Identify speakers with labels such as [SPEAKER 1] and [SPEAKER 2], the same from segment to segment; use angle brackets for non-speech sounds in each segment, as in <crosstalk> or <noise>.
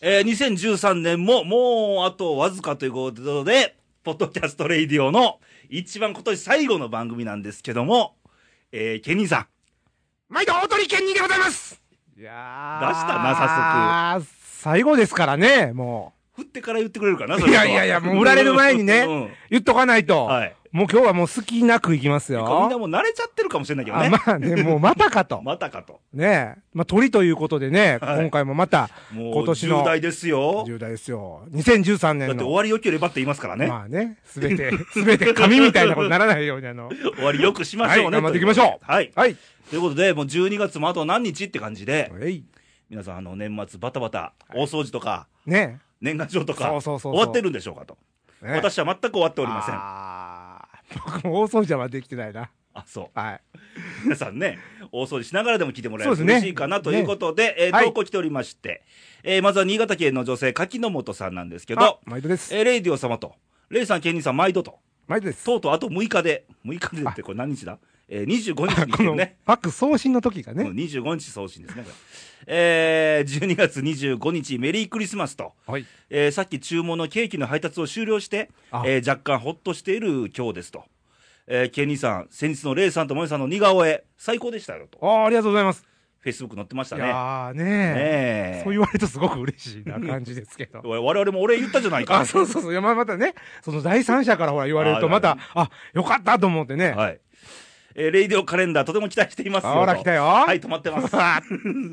[SPEAKER 1] えー2013年ももうあとわずかということで、ポッドキャストレイディオの一番今年最後の番組なんですけども、えーケニーさん。
[SPEAKER 2] 毎度大鳥健二でございます
[SPEAKER 3] いや
[SPEAKER 1] 出したな
[SPEAKER 3] 早速。最後ですからね、も
[SPEAKER 1] 振ってから言ってくれるかな、
[SPEAKER 3] う。いやいやいや、もう売られる前
[SPEAKER 1] <laughs>
[SPEAKER 3] にね、言っとかないと。
[SPEAKER 1] はい
[SPEAKER 3] もう今日はもう隙なくいきます
[SPEAKER 1] うん。
[SPEAKER 3] よ。
[SPEAKER 1] うん、みんなもう慣れちゃってるかもしれないけど
[SPEAKER 3] あ
[SPEAKER 1] ね。
[SPEAKER 3] まあね、もうまたか
[SPEAKER 1] <laughs>
[SPEAKER 3] と。
[SPEAKER 1] またかと。
[SPEAKER 3] ねえ。まあ鳥ということでね、
[SPEAKER 1] はい
[SPEAKER 3] 今回もまた、
[SPEAKER 1] も
[SPEAKER 3] 今
[SPEAKER 1] う
[SPEAKER 3] 年
[SPEAKER 1] 重
[SPEAKER 3] の
[SPEAKER 1] 大ですよ。
[SPEAKER 3] 10代ですよ。2013
[SPEAKER 1] だっ
[SPEAKER 3] 年
[SPEAKER 1] て終
[SPEAKER 3] の。
[SPEAKER 1] わり良ければって言いますからね。
[SPEAKER 3] まあね、すべて、すべて紙みたいなことにならないようにあの。
[SPEAKER 1] 終わり良くしましょうね。
[SPEAKER 3] はい頑張っていきましょう
[SPEAKER 1] はい。
[SPEAKER 3] はい。
[SPEAKER 1] ということで、もう12月もあと何日って感じで、
[SPEAKER 3] えい。
[SPEAKER 1] 皆さん、あの、年末バタバタ、大掃除とか、
[SPEAKER 3] ね
[SPEAKER 1] 年賀状とか、
[SPEAKER 3] そうそうそうそう
[SPEAKER 1] 終わってるんでしょうかと。
[SPEAKER 3] え。ねえ
[SPEAKER 1] 私は全く終わっておりません。あ
[SPEAKER 3] あー僕も大掃除はできてないな。
[SPEAKER 1] そう。
[SPEAKER 3] はい。
[SPEAKER 1] 皆さんね、大掃除しながらでも聞いてもらえると
[SPEAKER 3] そうですね
[SPEAKER 1] 嬉しいかなということで、えー
[SPEAKER 3] はい
[SPEAKER 1] 投稿来ておりまして、えーまずは新潟県の女性、柿の本さんなんですけ
[SPEAKER 3] あ
[SPEAKER 1] ど、
[SPEAKER 3] 毎度です。
[SPEAKER 1] えーレイディオ様と、レイさん、ケンニーさん、毎度と、
[SPEAKER 3] 毎度です。
[SPEAKER 1] とうとうあと6日で、6日でってこれ何日だえー、25日に来
[SPEAKER 3] <laughs> こ
[SPEAKER 1] てる
[SPEAKER 3] の
[SPEAKER 1] ね。、
[SPEAKER 3] パック送信の時が
[SPEAKER 1] うん
[SPEAKER 3] ね。
[SPEAKER 1] 25日送信ですね、これ。えー、12月25日、メリークリスマスと、
[SPEAKER 3] はい。
[SPEAKER 1] えーさっき注文のケーキの配達を終了して
[SPEAKER 3] あ、
[SPEAKER 1] えー若干ほっとしている今日ですと。えー、ケニーさん、先日のレイさんとモエさんの似顔絵、最高でしたよと。
[SPEAKER 3] ああ、ありがとうございます。
[SPEAKER 1] フェイスブック載ってました
[SPEAKER 3] い
[SPEAKER 1] ね。
[SPEAKER 3] やー
[SPEAKER 1] ね
[SPEAKER 3] ね
[SPEAKER 1] え
[SPEAKER 3] え。そう言われるとすごく嬉しいな感じですけど。
[SPEAKER 1] おい我々も俺言ったじゃないか。
[SPEAKER 3] <laughs> あ、そうそうそう。いやまあまたね、その第三者からほら言われると、
[SPEAKER 1] あ
[SPEAKER 3] また、あ、よかったと思ってね。
[SPEAKER 1] はい。えーレイディオカレンダーとても期待していますよと。
[SPEAKER 3] あら来たよ
[SPEAKER 1] はい、止まってます。
[SPEAKER 3] <laughs> あ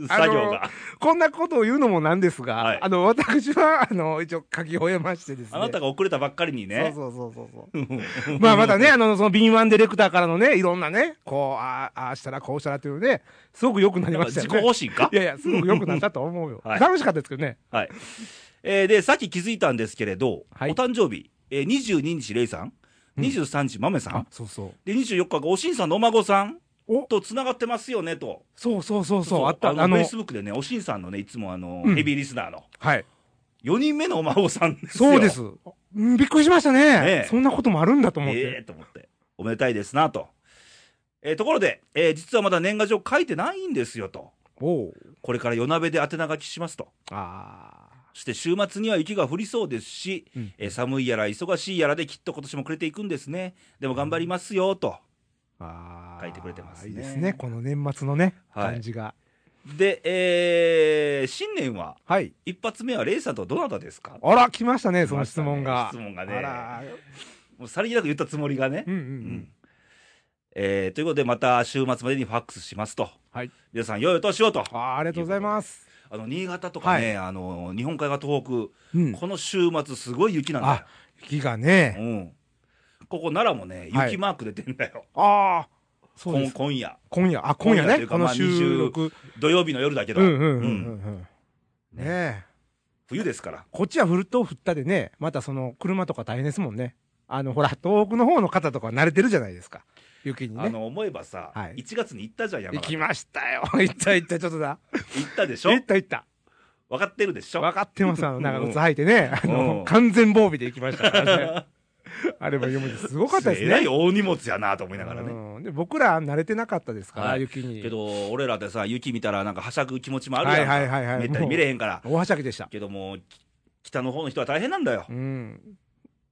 [SPEAKER 1] 作業が。
[SPEAKER 3] こんなことを言うのもなんですが、
[SPEAKER 1] はい
[SPEAKER 3] あの、私は、あの、一応書き終えましてですね。
[SPEAKER 1] あなたが遅れたばっかりにね。
[SPEAKER 3] そうそうそうそうそう。まあまたね、あの、その敏腕ディレクターからのね、いろんなね、こう、ああ、ああしたら、こうしたらっていうので、すごく良くなり
[SPEAKER 1] なん
[SPEAKER 3] ま
[SPEAKER 1] か
[SPEAKER 3] した
[SPEAKER 1] 自
[SPEAKER 3] よ
[SPEAKER 1] 己
[SPEAKER 3] ね。
[SPEAKER 1] 方針か
[SPEAKER 3] いやいや、すごく良くなったと思うよ。
[SPEAKER 1] はい
[SPEAKER 3] 楽しかったですけどね。
[SPEAKER 1] はい。えーで、さっき気づいたんですけれど、
[SPEAKER 3] はい
[SPEAKER 1] お誕生日、えー、22日、レイさん、23日、マメさん、
[SPEAKER 3] そうそう。
[SPEAKER 1] で、24日がおしんさんのお孫さん
[SPEAKER 3] お
[SPEAKER 1] とつながってますよね、と。
[SPEAKER 3] そうそうそうそう、あった、
[SPEAKER 1] あ
[SPEAKER 3] あ
[SPEAKER 1] の、
[SPEAKER 3] の
[SPEAKER 1] フェイ、スブックでね、おしんさんのね、いつもあの、
[SPEAKER 3] うん
[SPEAKER 1] ヘビーリスナーの、
[SPEAKER 3] はい。
[SPEAKER 1] 4人目のお孫さんですよ。
[SPEAKER 3] そうです。うんびっくりしました
[SPEAKER 1] ね
[SPEAKER 3] ね
[SPEAKER 1] え。
[SPEAKER 3] そんなこともあるんだと思っ
[SPEAKER 1] ええ
[SPEAKER 3] て。
[SPEAKER 1] と思って。おめでたいですな、と。えーところで、えー実はまだ年賀状書いてないんですよ、と。
[SPEAKER 3] おう。
[SPEAKER 1] これから夜鍋で宛名書きしますと。
[SPEAKER 3] ああ。
[SPEAKER 1] そして週末には雪が降りそうですし、
[SPEAKER 3] うん
[SPEAKER 1] えー寒いやら忙しいやらできっと今年も暮れていくんですね。でも頑張りますよ、と。
[SPEAKER 3] あー
[SPEAKER 1] 書いてくれてますね
[SPEAKER 3] いいですね。この年末のね、
[SPEAKER 1] はい
[SPEAKER 3] 感じが。
[SPEAKER 1] で、えー新年は、
[SPEAKER 3] はい。
[SPEAKER 1] 一発目はレイさんとはどなたですか
[SPEAKER 3] あら、来ましたね、 <laughs> その質問が。
[SPEAKER 1] 来ましたね質問がね
[SPEAKER 3] あら、
[SPEAKER 1] もうさりげなく言ったつもりがね。
[SPEAKER 3] うんうんう。
[SPEAKER 1] うんえーということで、また週末までにファックスしますと。
[SPEAKER 3] はい。
[SPEAKER 1] 皆さん、良いお年をと。
[SPEAKER 3] あーありがとうございます。
[SPEAKER 1] あの、新潟とかね、あの、日本海側東北、
[SPEAKER 3] うん。
[SPEAKER 1] この週末すごい雪なんだ
[SPEAKER 3] あ、雪が
[SPEAKER 1] よ。う
[SPEAKER 3] ね。
[SPEAKER 1] ん。ここ奈良もね、
[SPEAKER 3] はい
[SPEAKER 1] 雪マーク出てんだよ。
[SPEAKER 3] ああ、そう
[SPEAKER 1] こ
[SPEAKER 3] で
[SPEAKER 1] ん
[SPEAKER 3] す。
[SPEAKER 1] 今夜。
[SPEAKER 3] 今夜、あ、今夜
[SPEAKER 1] 今夜とい
[SPEAKER 3] ね。
[SPEAKER 1] うか
[SPEAKER 3] こ
[SPEAKER 1] ま
[SPEAKER 3] の
[SPEAKER 1] あ
[SPEAKER 3] 収録。
[SPEAKER 1] 土曜日の夜だけど。
[SPEAKER 3] うんうんうんう
[SPEAKER 1] うん
[SPEAKER 3] んうん。ねえ。
[SPEAKER 1] 冬ですから。
[SPEAKER 3] こっちは降ると降ったでね、またその車とか大変ですもんね。あの、ほら、東北の方の方とかは慣れてるじゃないですか。雪に
[SPEAKER 1] あ
[SPEAKER 3] ね。
[SPEAKER 1] の、思えばさ、
[SPEAKER 3] はい
[SPEAKER 1] 1月に行ったじゃん、山
[SPEAKER 3] 行
[SPEAKER 1] 形。
[SPEAKER 3] き
[SPEAKER 1] 行
[SPEAKER 3] ましたよ。 <laughs> 行った行った、ちょっとだ。
[SPEAKER 1] ったでしょ
[SPEAKER 3] 行った行った。
[SPEAKER 1] 分かってるでしょ
[SPEAKER 3] 分かってます、あの、長靴履いてね。あ
[SPEAKER 1] う
[SPEAKER 3] の
[SPEAKER 1] ん、
[SPEAKER 3] 完全防備で行きましたからね。 <laughs> あれも読むすごかったです
[SPEAKER 1] えらい
[SPEAKER 3] ね。
[SPEAKER 1] 大荷物やなと思いながらね。
[SPEAKER 3] うんで僕ら慣れてなかったですから、
[SPEAKER 1] はい
[SPEAKER 3] 雪に。
[SPEAKER 1] けど、俺らでさ、雪見たらなんかはしゃぐ気持ちもあるやんか。
[SPEAKER 3] はいはいはいはい
[SPEAKER 1] めったに見れへんから。
[SPEAKER 3] 大はしゃぎでした。
[SPEAKER 1] けどもう、き北の方の人は大変なんだよ
[SPEAKER 3] う。ん。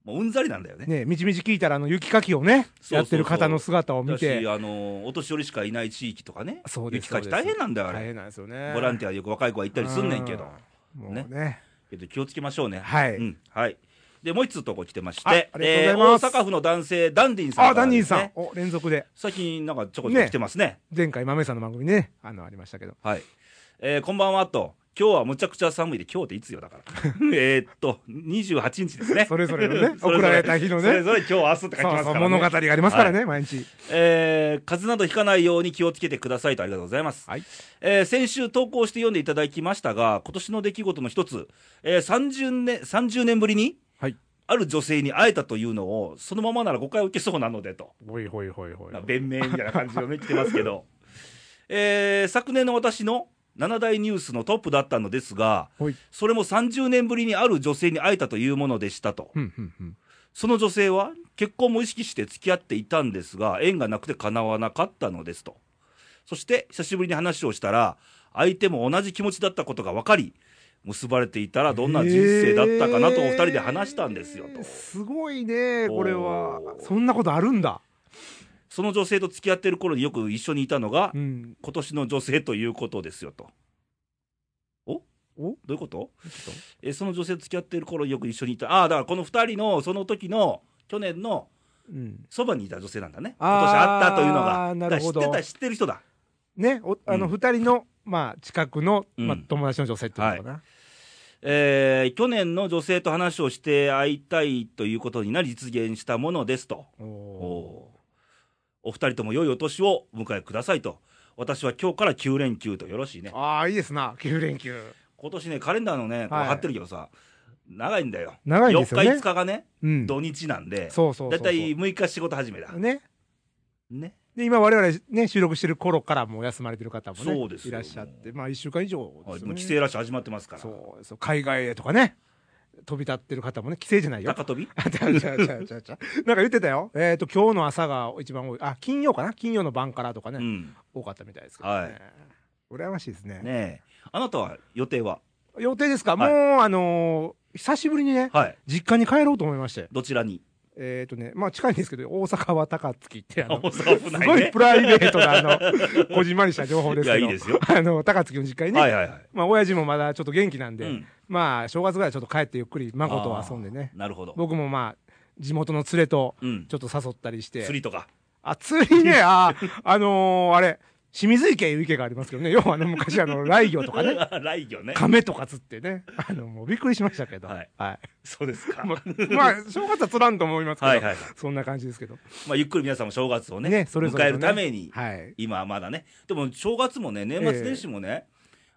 [SPEAKER 1] もううんざりなんだよね。
[SPEAKER 3] ねみちみち聞いたら、あの、雪かきを
[SPEAKER 1] そう
[SPEAKER 3] ね、
[SPEAKER 1] そうそう
[SPEAKER 3] やってる方の姿を見
[SPEAKER 1] だし、
[SPEAKER 3] て。
[SPEAKER 1] あの、お年寄りしかいない地域とかね。
[SPEAKER 3] そうです
[SPEAKER 1] 雪かき大変なんだよ、あ
[SPEAKER 3] 大
[SPEAKER 1] れ。
[SPEAKER 3] 変なんですよね。
[SPEAKER 1] ボランティアでよく若い子は行ったりすんねんけど。
[SPEAKER 3] うん。もうね。
[SPEAKER 1] けど気をつけましょうね。
[SPEAKER 3] はい
[SPEAKER 1] うん。はい。で、もう一つとこ来てまし
[SPEAKER 3] ああり
[SPEAKER 1] て
[SPEAKER 3] がと、うござ
[SPEAKER 1] え
[SPEAKER 3] い
[SPEAKER 1] ー
[SPEAKER 3] ま
[SPEAKER 1] 大
[SPEAKER 3] す
[SPEAKER 1] 阪府の男性、ダンディンさん、
[SPEAKER 3] あ、ダニーさん。。お、連続で。
[SPEAKER 1] 最近なんかちょこちょこ来てますね
[SPEAKER 3] 前回、豆さんの番組ね、あの、ありましたけど。
[SPEAKER 1] はい。えーこんばんはと。今日はむちゃくちゃ寒いで、今日っていつよだ
[SPEAKER 3] <laughs>
[SPEAKER 1] から。えーっと、28日ですね。
[SPEAKER 3] それぞれのね
[SPEAKER 1] <laughs> そぞ
[SPEAKER 3] 送られた日のね
[SPEAKER 1] それぞれ今日明日って書いてますから、
[SPEAKER 3] そ
[SPEAKER 1] ね
[SPEAKER 3] う。そう、物語がありますから
[SPEAKER 1] はい
[SPEAKER 3] ね、毎日。
[SPEAKER 1] えー風邪などひかないように気をつけてくださいとありがとうございます。
[SPEAKER 3] はい
[SPEAKER 1] えー先週投稿して読んでいただきましたが、今年の出来事の一つ、えー30年、30年ぶりに、
[SPEAKER 3] はい
[SPEAKER 1] ある女性に会えたというのを、そのままなら誤解を受けそうなのでと。
[SPEAKER 3] ほいほいほいほい
[SPEAKER 1] まあ。弁明みたいな感じをね、来てますけど、えー昨年の私の7大ニュースのトップだったのですが、
[SPEAKER 3] ほい。
[SPEAKER 1] それも30年ぶりにある女性に会えたというものでしたと、
[SPEAKER 3] うん、うん、うん。
[SPEAKER 1] その女性は結婚も意識して付き合っていたんですが、縁がなくてかなわなかったのですと、そして久しぶりに話をしたら、相手も同じ気持ちだったことが分かり、結ばれていたらどんな人生だったかなとお二人で話したんですよと
[SPEAKER 3] えーすごいねこれは
[SPEAKER 1] おー
[SPEAKER 3] そんなことあるんだ、
[SPEAKER 1] その女性と付き合ってる頃によく一緒にいたのが
[SPEAKER 3] うん、
[SPEAKER 1] 今年の女性ということですよとお
[SPEAKER 3] お
[SPEAKER 1] どういうことえその女性と付き合ってる頃によく一緒にいたああだからこの二人のその時の去年の
[SPEAKER 3] うん、
[SPEAKER 1] そばにいた女性なんだね今
[SPEAKER 3] あー
[SPEAKER 1] 年あったというのが
[SPEAKER 3] なるほど
[SPEAKER 1] だから知ってた知ってる人だ
[SPEAKER 3] ねおあの
[SPEAKER 1] うん
[SPEAKER 3] 二人の、まあ、近くの、
[SPEAKER 1] うん
[SPEAKER 3] まあ、友達の女性ってことかな、
[SPEAKER 1] えー去年の女性と話をして会いたいということになり実現したものですと
[SPEAKER 3] おお
[SPEAKER 1] おお二人とも良いお年をお迎えくださいと私は今日から9連休とよろしいね
[SPEAKER 3] ああいいですな9連休
[SPEAKER 1] 今年ねカレンダーのねこう
[SPEAKER 3] はい
[SPEAKER 1] 貼ってるけどさ、長いんだよ
[SPEAKER 3] 長いんですよ
[SPEAKER 1] 4日
[SPEAKER 3] ね
[SPEAKER 1] 5日がね、
[SPEAKER 3] うん
[SPEAKER 1] 土日なんで
[SPEAKER 3] そうそうそうそ
[SPEAKER 1] だ
[SPEAKER 3] う
[SPEAKER 1] いたい6日仕事始めだ
[SPEAKER 3] ね
[SPEAKER 1] ね
[SPEAKER 3] で今我々ね収録してる頃からもう休まれてる方もね
[SPEAKER 1] そうですよ
[SPEAKER 3] いらっしゃってまあ1週間以上
[SPEAKER 1] は
[SPEAKER 3] で
[SPEAKER 1] い
[SPEAKER 3] すよね
[SPEAKER 1] もう帰省ラッシュ始まってますから
[SPEAKER 3] そうそう海外へとかね飛び立ってる方もね帰省じゃないよ
[SPEAKER 1] 高跳び
[SPEAKER 3] あ、 <laughs> ちゃうちゃうちゃ
[SPEAKER 1] <laughs>
[SPEAKER 3] うちゃうちゃう。なんか言ってたよ。えっ、と、今日の朝が一番多い。あ、金曜かな金曜の晩からとかね、
[SPEAKER 1] うん
[SPEAKER 3] 多かったみたいですけどね。
[SPEAKER 1] はい
[SPEAKER 3] 羨ましいですね。
[SPEAKER 1] ねえあなたは予定は
[SPEAKER 3] 予定ですか、
[SPEAKER 1] はい
[SPEAKER 3] もう、あのー久しぶりにね、
[SPEAKER 1] はい
[SPEAKER 3] 実家に帰ろうと思いまして。
[SPEAKER 1] どちらに
[SPEAKER 3] えっ、とね、まあ近いんですけど、大阪は高槻って、あ
[SPEAKER 1] あ <laughs>
[SPEAKER 3] の、
[SPEAKER 1] 大阪府
[SPEAKER 3] す
[SPEAKER 1] 内
[SPEAKER 3] ごい
[SPEAKER 1] ね
[SPEAKER 3] プライベートな、あ
[SPEAKER 1] <laughs>
[SPEAKER 3] の、こじんまりした情報ですけど。
[SPEAKER 1] いやいいですよ
[SPEAKER 3] あの、高槻の実家にね、
[SPEAKER 1] はいはいはい
[SPEAKER 3] まあ親父もまだちょっと元気なんで、
[SPEAKER 1] うん
[SPEAKER 3] まあ正月ぐらいちょっと帰ってゆっくり孫と遊んでね
[SPEAKER 1] あ。ーなるほど
[SPEAKER 3] 僕もまあ、地元の連れと、
[SPEAKER 1] うん
[SPEAKER 3] ちょっと誘ったりして。
[SPEAKER 1] 釣りとか
[SPEAKER 3] あ、釣りね、あ、あのー、あれ、清水池いう池がありますけどね、要はあの昔あ
[SPEAKER 1] <laughs>
[SPEAKER 3] の、雷魚とかね、
[SPEAKER 1] 来魚ね
[SPEAKER 3] 亀とか釣ってね、あの、もうびっくりしましたけど、
[SPEAKER 1] はい
[SPEAKER 3] はい。
[SPEAKER 1] <laughs> そうです
[SPEAKER 3] <laughs>
[SPEAKER 1] か
[SPEAKER 3] ままあ、正月は釣らんと思いますけど、
[SPEAKER 1] はいはい
[SPEAKER 3] そんな感じですけど。
[SPEAKER 1] まあゆっくり皆さんも正月をね
[SPEAKER 3] ねそれぞ
[SPEAKER 1] 迎
[SPEAKER 3] れの
[SPEAKER 1] え
[SPEAKER 3] ね
[SPEAKER 1] るために
[SPEAKER 3] はい。
[SPEAKER 1] 今はまだねでも正月もね年末年始もね、